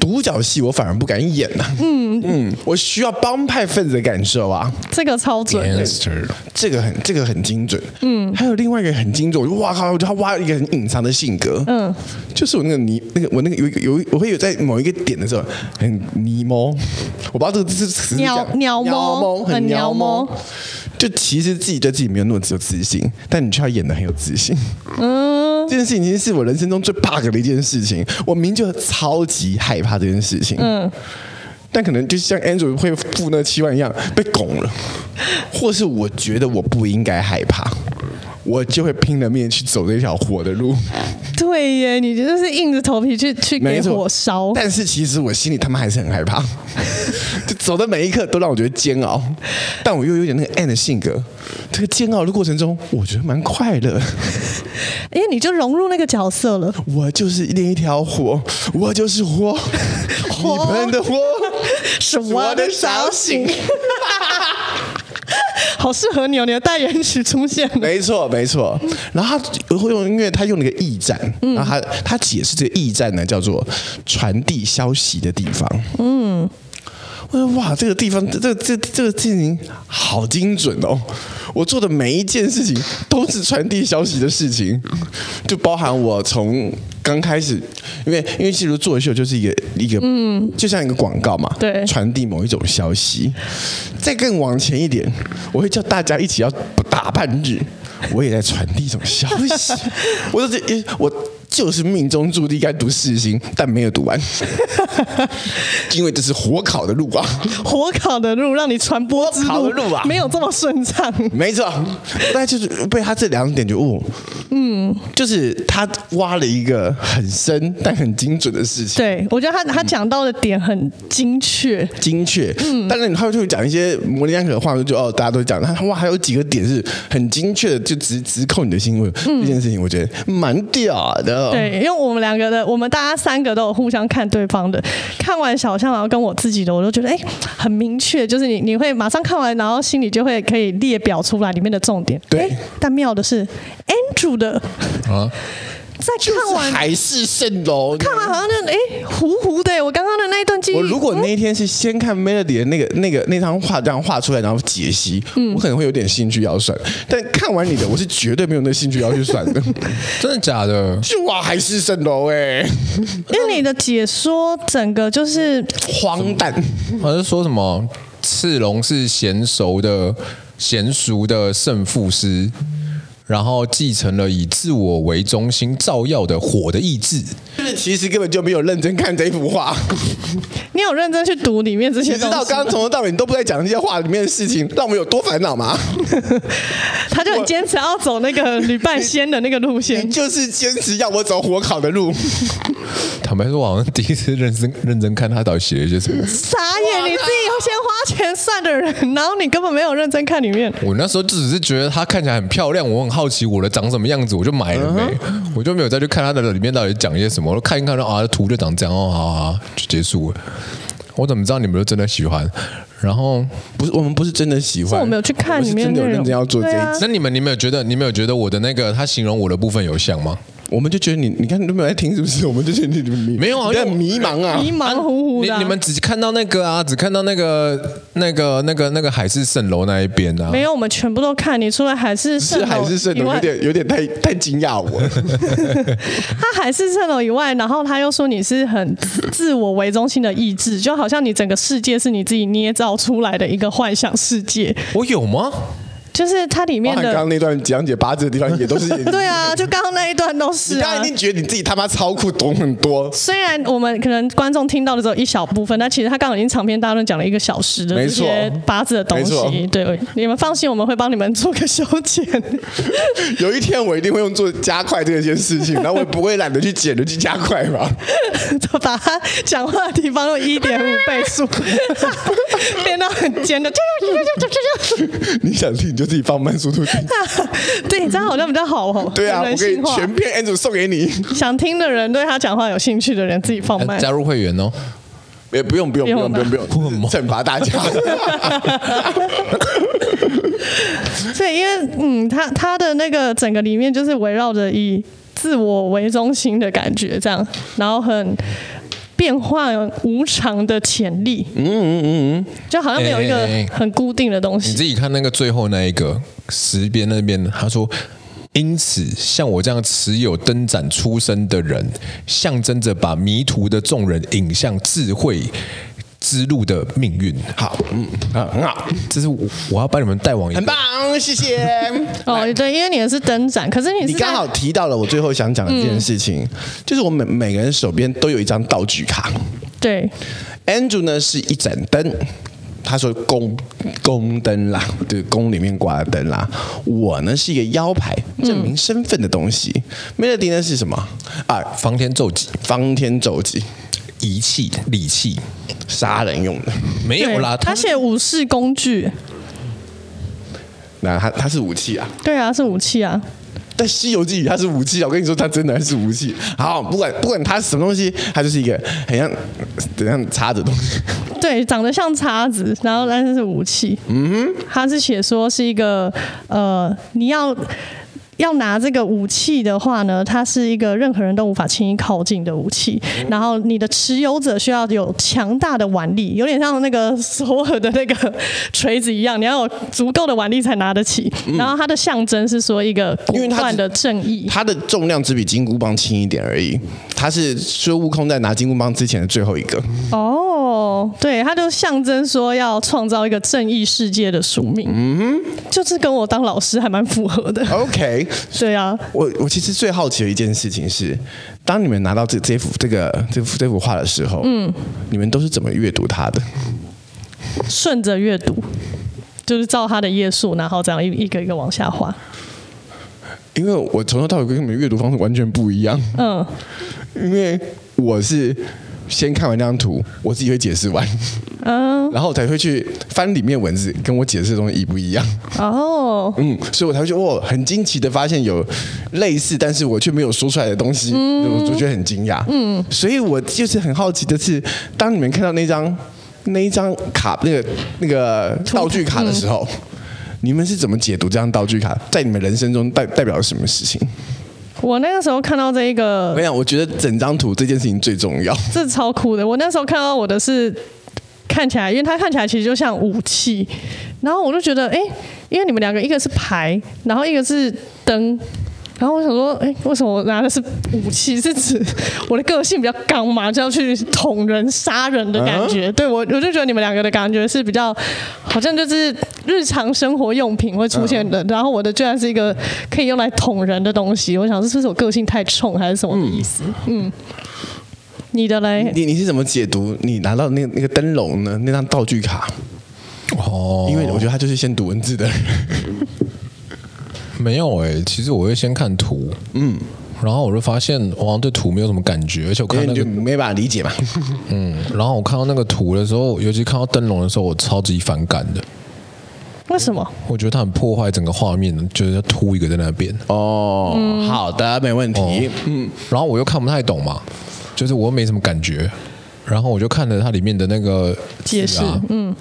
C: 独角戏我反而不敢演呐、嗯嗯，我需要帮派分子的感受啊，
B: 这个超准的，
A: Gangster
C: 这个很这个很精准。嗯，还有另外一个很精准，我就哇靠，我觉得他挖了一个很隐藏的性格。嗯，就是我那个尼那个我那个有一个有一我会有在某一个点的时候很尼猫，我不知道这个这个词是
B: 鸟
C: 讲
B: 鸟猫
C: 猫
B: 很
C: 很
B: 鸟
C: 鸟猫
B: 猫，
C: 就其实自己对自己没有那么有自信，但你却要演的很有自信。
B: 嗯，
C: 这件事情其实是我人生中最 bug 的一件事情，我明就超级害怕这件事情。嗯，但可能就像 Andrew 会付那七万一样被拱了，或是我觉得我不应该害怕，我就会拼了命去走这条火的路。
B: 对耶，你就是硬着头皮去去给
C: 没错，
B: 火烧，
C: 但是其实我心里他妈还是很害 怕，就走的每一刻都让我觉得煎熬。但我又有点那个 Anne 的性格，这个煎熬的过程中，我觉得蛮快乐。
B: 因哎为你就融入那个角色了。
C: 我就是另一条火，我就是 火，你们的火
B: 是我的小醒，好适合你哦，你的代言曲出现了。
C: 没错，没错。然后他会用音乐，他用了一个驿站，然后他他解释这个驿站呢叫做传递消息的地方。嗯。我说哇，这个地方，这这这这个事情好精准哦！我做的每一件事情都是传递消息的事情，就包含我从刚开始，因为因为其实作秀就是一个一个，嗯，就像一个广告嘛，
B: 对
C: 传递某一种消息。再更往前一点，我会叫大家一起要打半日，我也在传递一种消息。我就是我就是命中注定该读世新，但没有读完，因为这是火烤的路啊。
B: 火烤的路让你传播之
C: 火烤
B: 路
C: 的路啊
B: 没有这么顺畅。
C: 没错，但就是被他这两点就哦，嗯，就是他挖了一个很深但很精准的事情。
B: 对，我觉得他他讲到的点很精确，
C: 精确。当然他就会讲一些模棱两可的话，就觉得哦，大家都讲。他哇，还有几个点是很精确的，就直直扣你的心。我、这件事情，我觉得蛮屌的。
B: 对，因为我们两个的，我们大家三个都有互相看对方的，看完小象，然后跟我自己的，我都觉得哎、很明确，就是你你会马上看完，然后心里就会可以列表出来里面的重点。
C: 对
B: 哎但妙的是 Andrew 的
A: 啊，
B: 在看完
C: 海市蜃楼。
B: 看完好像那哎、糊糊的，我刚刚的那一段记忆，
C: 我如果那一天是先看 Melody 的那个、那个、那张画，这样画出来，然后解析，我可能会有点兴趣要算。但看完你的，我是绝对没有那兴趣要去算的。
A: 真的假的？
C: 就哇，海市蜃楼哎、
B: 因为你的解说整个就是
C: 荒诞。
A: 好像说什么赤龙是娴熟的、娴熟的胜负师，然后继承了以自我为中心照耀的火的意志。
C: 就是其实根本就没有认真看这幅画。
B: 你有认真去读里面这
C: 你
B: 些
C: 知
B: 东
C: 道
B: 西，
C: 刚刚从头到尾你都不在讲这些话里面的事情，让我们有多烦恼 吗？
B: 他就很坚持要走那 个吕半仙的那个路线
C: 你。就是坚持要我走火烤的路，
A: 坦白说，我好像第一次认真认真看他到底写了些什么。
B: 傻眼！你自己先花钱算的人，然后你根本没有认真看里面。
A: 我那时候就只是觉得她看起来很漂亮，我很好奇我的长什么样子，我就买了没，我就没有再去看她的里面到底讲些什么。我看一看啊，图就长这样哦，好好好就结束了。我怎么知道你们都真的喜欢？然后，
C: 不是我们不是真的喜
B: 是
C: 欢，
B: 我没有去看
C: 我
B: 里
C: 是
B: 面
C: 真的有
B: 内
C: 认
B: 容
C: 真要做这一
B: 对啊
C: 集，
A: 那你们你们有觉得你们有觉得我的那个他形容我的部分有像吗？
C: 我们就觉得你你看你都没有在听是不是？我们就觉得你迷
A: 没有啊
C: 你很
A: 因为我
C: 迷茫啊，
B: 迷茫糊糊
A: 你
B: 的啊、
A: 你们只看到那个啊，只看到那个那个那个那个海市蜃楼那一边啊。
B: 没有，我们全部都看。你除了海市蜃
C: 是
B: 楼
C: 海市蜃
B: 以
C: 楼
B: 外
C: 有点有点太太惊讶我，
B: 他海市蜃楼以外，然后他又说你是很自我为中心的意志，就好像你整个世界是你自己捏造出来的一个幻想世界。
A: 我有吗？
B: 就是它里
C: 包
B: 面
C: 含刚
B: 的
C: 刚，那段讲解八字的地方也 都是演技。
B: 对啊，就刚刚那一段都
C: 你
B: 是
C: 刚
B: 啊
C: 刚一。定觉得你自己他妈超酷，懂很多。
B: 虽然我们可能观众听到的只有一小部分，但其实他刚刚已经长篇大论讲了一个小时的
C: 没
B: 这
C: 错
B: 些八字的东
C: 没
B: 西。对，你们放心，我们会帮你们做个修剪。
C: 有一天我一定会用做加快这件事情，然后我也不会懒得去剪，就去加快吧。
B: 就把他讲话的地方用一点五倍速变到很尖的，
C: 你想听你就自己放慢速度听。
B: 对，这样好像比较好 哦。
C: 对啊，我
B: 人
C: 可以
B: 性化。
C: 全片 Andrew 送给你。
B: 想听的人，对他讲话有兴趣的人，自己放慢。
A: 加入会员哦。
C: 也不用不用不用
B: 不
C: 不
B: 用
C: 用不用， 惩罚大家。
B: 所以，因为嗯，他他的那个整个里面就是围绕着以自我为中心的感觉，这样，然后很变化无常的潜力。嗯嗯嗯嗯，就好像没有一个
A: 哎哎哎
B: 很固定的东
A: 你
B: 西。
A: 自己看那个最后那一个石边那边，他说。因此，像我这样持有灯盏出身的人，象征着把迷途的众人引向智慧之路的命运。
C: 好，嗯啊，很好，
A: 这是我我要把你们带往一个
C: 很棒，谢谢。
B: 哦，对，因为你的是灯展，可是你是
C: 你刚
B: 在嗯
C: 好提到了我最后想讲的这件事情，就是我们每每个人手边都有一张道具卡。
B: 对
C: Andrew 呢是一盏灯，他说宫宫灯啦，就是宫里面挂的灯啦。我呢是一个腰牌，证明身份的东西。Melody 呢是什么啊？
A: 方天咒己，
C: 方天咒己，
A: 仪器、礼器，
C: 杀人用的。
A: 没有啦。
B: 对他写武士工具，
C: 那它它是武器啊，
B: 对啊，是武器啊。
C: 但《西游记》里它是武器啊，我跟你说，它真的是武器。好，不管不管它是什么东西，它就是一个很像很像叉子的东西。
B: 对，长得像叉子，然后但是是武器。嗯他是写说是一个呃，你要要拿这个武器的话呢，它是一个任何人都无法轻易靠近的武器。然后你的持有者需要有强大的腕力，有点像那个索尔的那个锤子一样，你要有足够的腕力才拿得起。然后它的象征是说一个
C: 因为
B: 骨
C: 它
B: 断
C: 只
B: 的正义。
C: 它的重量只比金箍棒轻一点而已。它是孙悟空在拿金箍棒之前的最后一个。
B: 哦，对，它就象征说要创造一个正义世界的宿命。嗯就是跟我当老师还蛮符合 的。
C: OK，
B: 对啊，
C: 我我其实最好奇的一件事情是，当你们拿到这这幅这个这幅这幅画的时候，嗯，你们都是怎么阅读它的？
B: 顺着阅读，就是照它的页数，然后这样一一个一个往下滑。
C: 因为我从头到尾跟你们阅读方式完全不一样。
B: 嗯，
C: 因为我是先看完那张图，我自己会解释完，嗯，然后才会去翻里面文字，跟我解释的东西一不一样，
B: 哦，
C: 嗯，所以我才会觉得哇，很惊奇的发现有类似，但是我却没有说出来的东西，我就觉得很惊讶，嗯，所以我就是很好奇的是，当你们看到那张那一张卡那个那个道具卡的时候。你们是怎么解读这张道具卡在你们人生中代代表了什么事情？
B: 我那个时候看到这一
C: 我
B: 个
C: 跟，你讲，我觉得整张图这件事情最重要。
B: 这超酷的。我那时候看到我的是看起来，因为它看起来其实就像武器，然后我就觉得，哎、因为你们两个一个是牌，然后一个是灯。然后我想说，哎，为什么我拿的是武器？是指我的个性比较刚嘛，就要去捅人、杀人的
C: 啊
B: 感觉。对我，我就觉得你们两个的感觉是比较，好像就是日常生活用品会出现
C: 啊
B: 的。然后我的居然是一个可以用来捅人的东西，我想是不是我个性太冲还是什么的意思？嗯，你的嘞？
C: 你你是怎么解读你拿到那个那个灯笼呢？那张道具卡？
A: 哦，
C: 因为我觉得他就是先读文字的人。
A: 没有哎、其实我会先看图，嗯，然后我就发现我好像对图没有什么感觉，而且我
C: 因为
A: 看那
C: 你
A: 个
C: 就没办法理解嘛。
A: 嗯，然后我看到那个图的时候，尤其看到灯笼的时候，我超级反感的。
B: 为什么？
A: 我觉得它很破坏整个画面，就是要凸一个在那边。
C: 哦，好的，没问题。
A: 嗯，然后我又看不太懂嘛，就是我又没什么感觉，然后我就看了它里面的那个字啊
B: 解释
A: 嗯。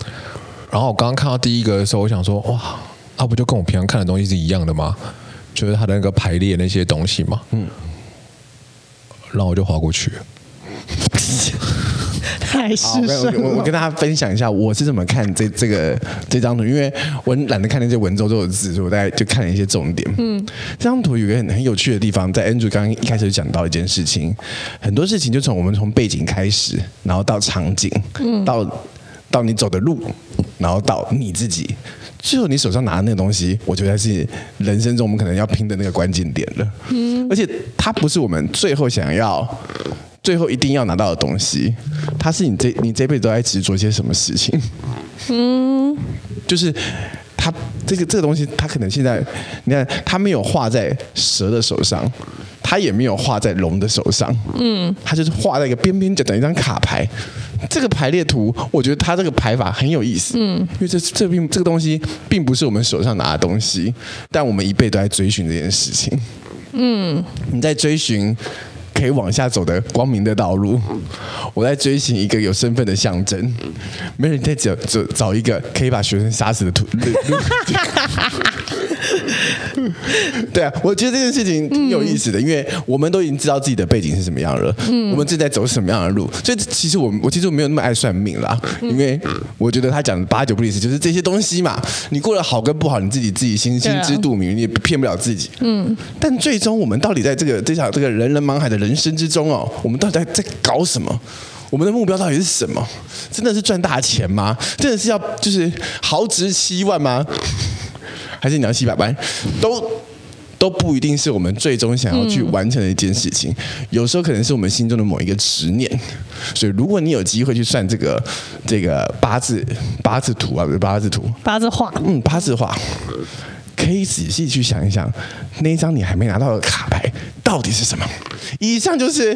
A: 然后我刚刚看到第一个的时候，我想说，哇，啊不就跟我平常看的东西是一样的吗？就是它的那个排列那些东西嘛。嗯。然后我就划过去了。
B: 太
C: 好，
B: 是
C: 我
B: 神
C: 跟 我我
B: 了
C: 跟。大家分享一下我是怎么看这这个这张图，因为我懒得看那些文绉绉的字，所以我大概就看了一些重点。嗯，这张图有一个很很有趣的地方，在 Andrew 刚刚一开始就讲到一件事情，很多事情就从我们从背景开始，然后到场景，嗯，到。到你走的路，然后到你自己，最后你手上拿的那个东西，我觉得是人生中我们可能要拼的那个关键点了。嗯，而且它不是我们最后想要。最后一定要拿到的东西，它是你这你这辈子都在执着些什么事情？就是它这个这个东西，它可能现在你看，它没有画在蛇的手上，它也没有画在龙的手上，嗯，它就是画在一个边边角角一张卡牌。这个排列图，我觉得它这个排法很有意思，嗯，因为这这并这个东西并不是我们手上拿的东西，但我们一辈都在追寻这件事情，嗯，你在追寻。可以往下走的光明的道路，我在追寻一个有身份的象征。没人在找找找一个可以把学生杀死的 途路。路对啊，我觉得这件事情挺有意思的，因为我们都已经知道自己的背景是什么样了，
B: 嗯
C: 我们正在走什么样的路，所以其实我我其实我没有那么爱算命啦，
B: 嗯
C: 因为我觉得他讲的八九不离十，就是这些东西嘛，你过得好跟不好，你自己自己心心
B: 对啊
C: 知肚明，你也骗不了自己。嗯，但最终我们到底在这个这场这个人人茫海的人生之中哦，我们到底在在搞什么？我们的目标到底是什么？真的是赚大钱吗？真的是要就是豪值七万吗？还是你要七百万，都都不一定是我们最终想要去完成的一件事情。有时候可能是我们心中的某一个执念。所以，如果你有机会去算这个这个八字八字图啊，不是八字图，
B: 八字画，
C: 嗯，八字画，可以仔细去想一想，那一张你还没拿到的卡牌到底是什么？以上就是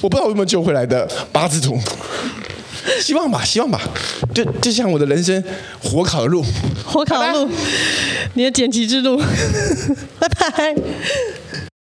C: 我不知道我有没有救回来的八字图。希望吧，希望吧，就就像我的人生火烤的路，
B: 火烤路，你的剪辑之路，拜拜。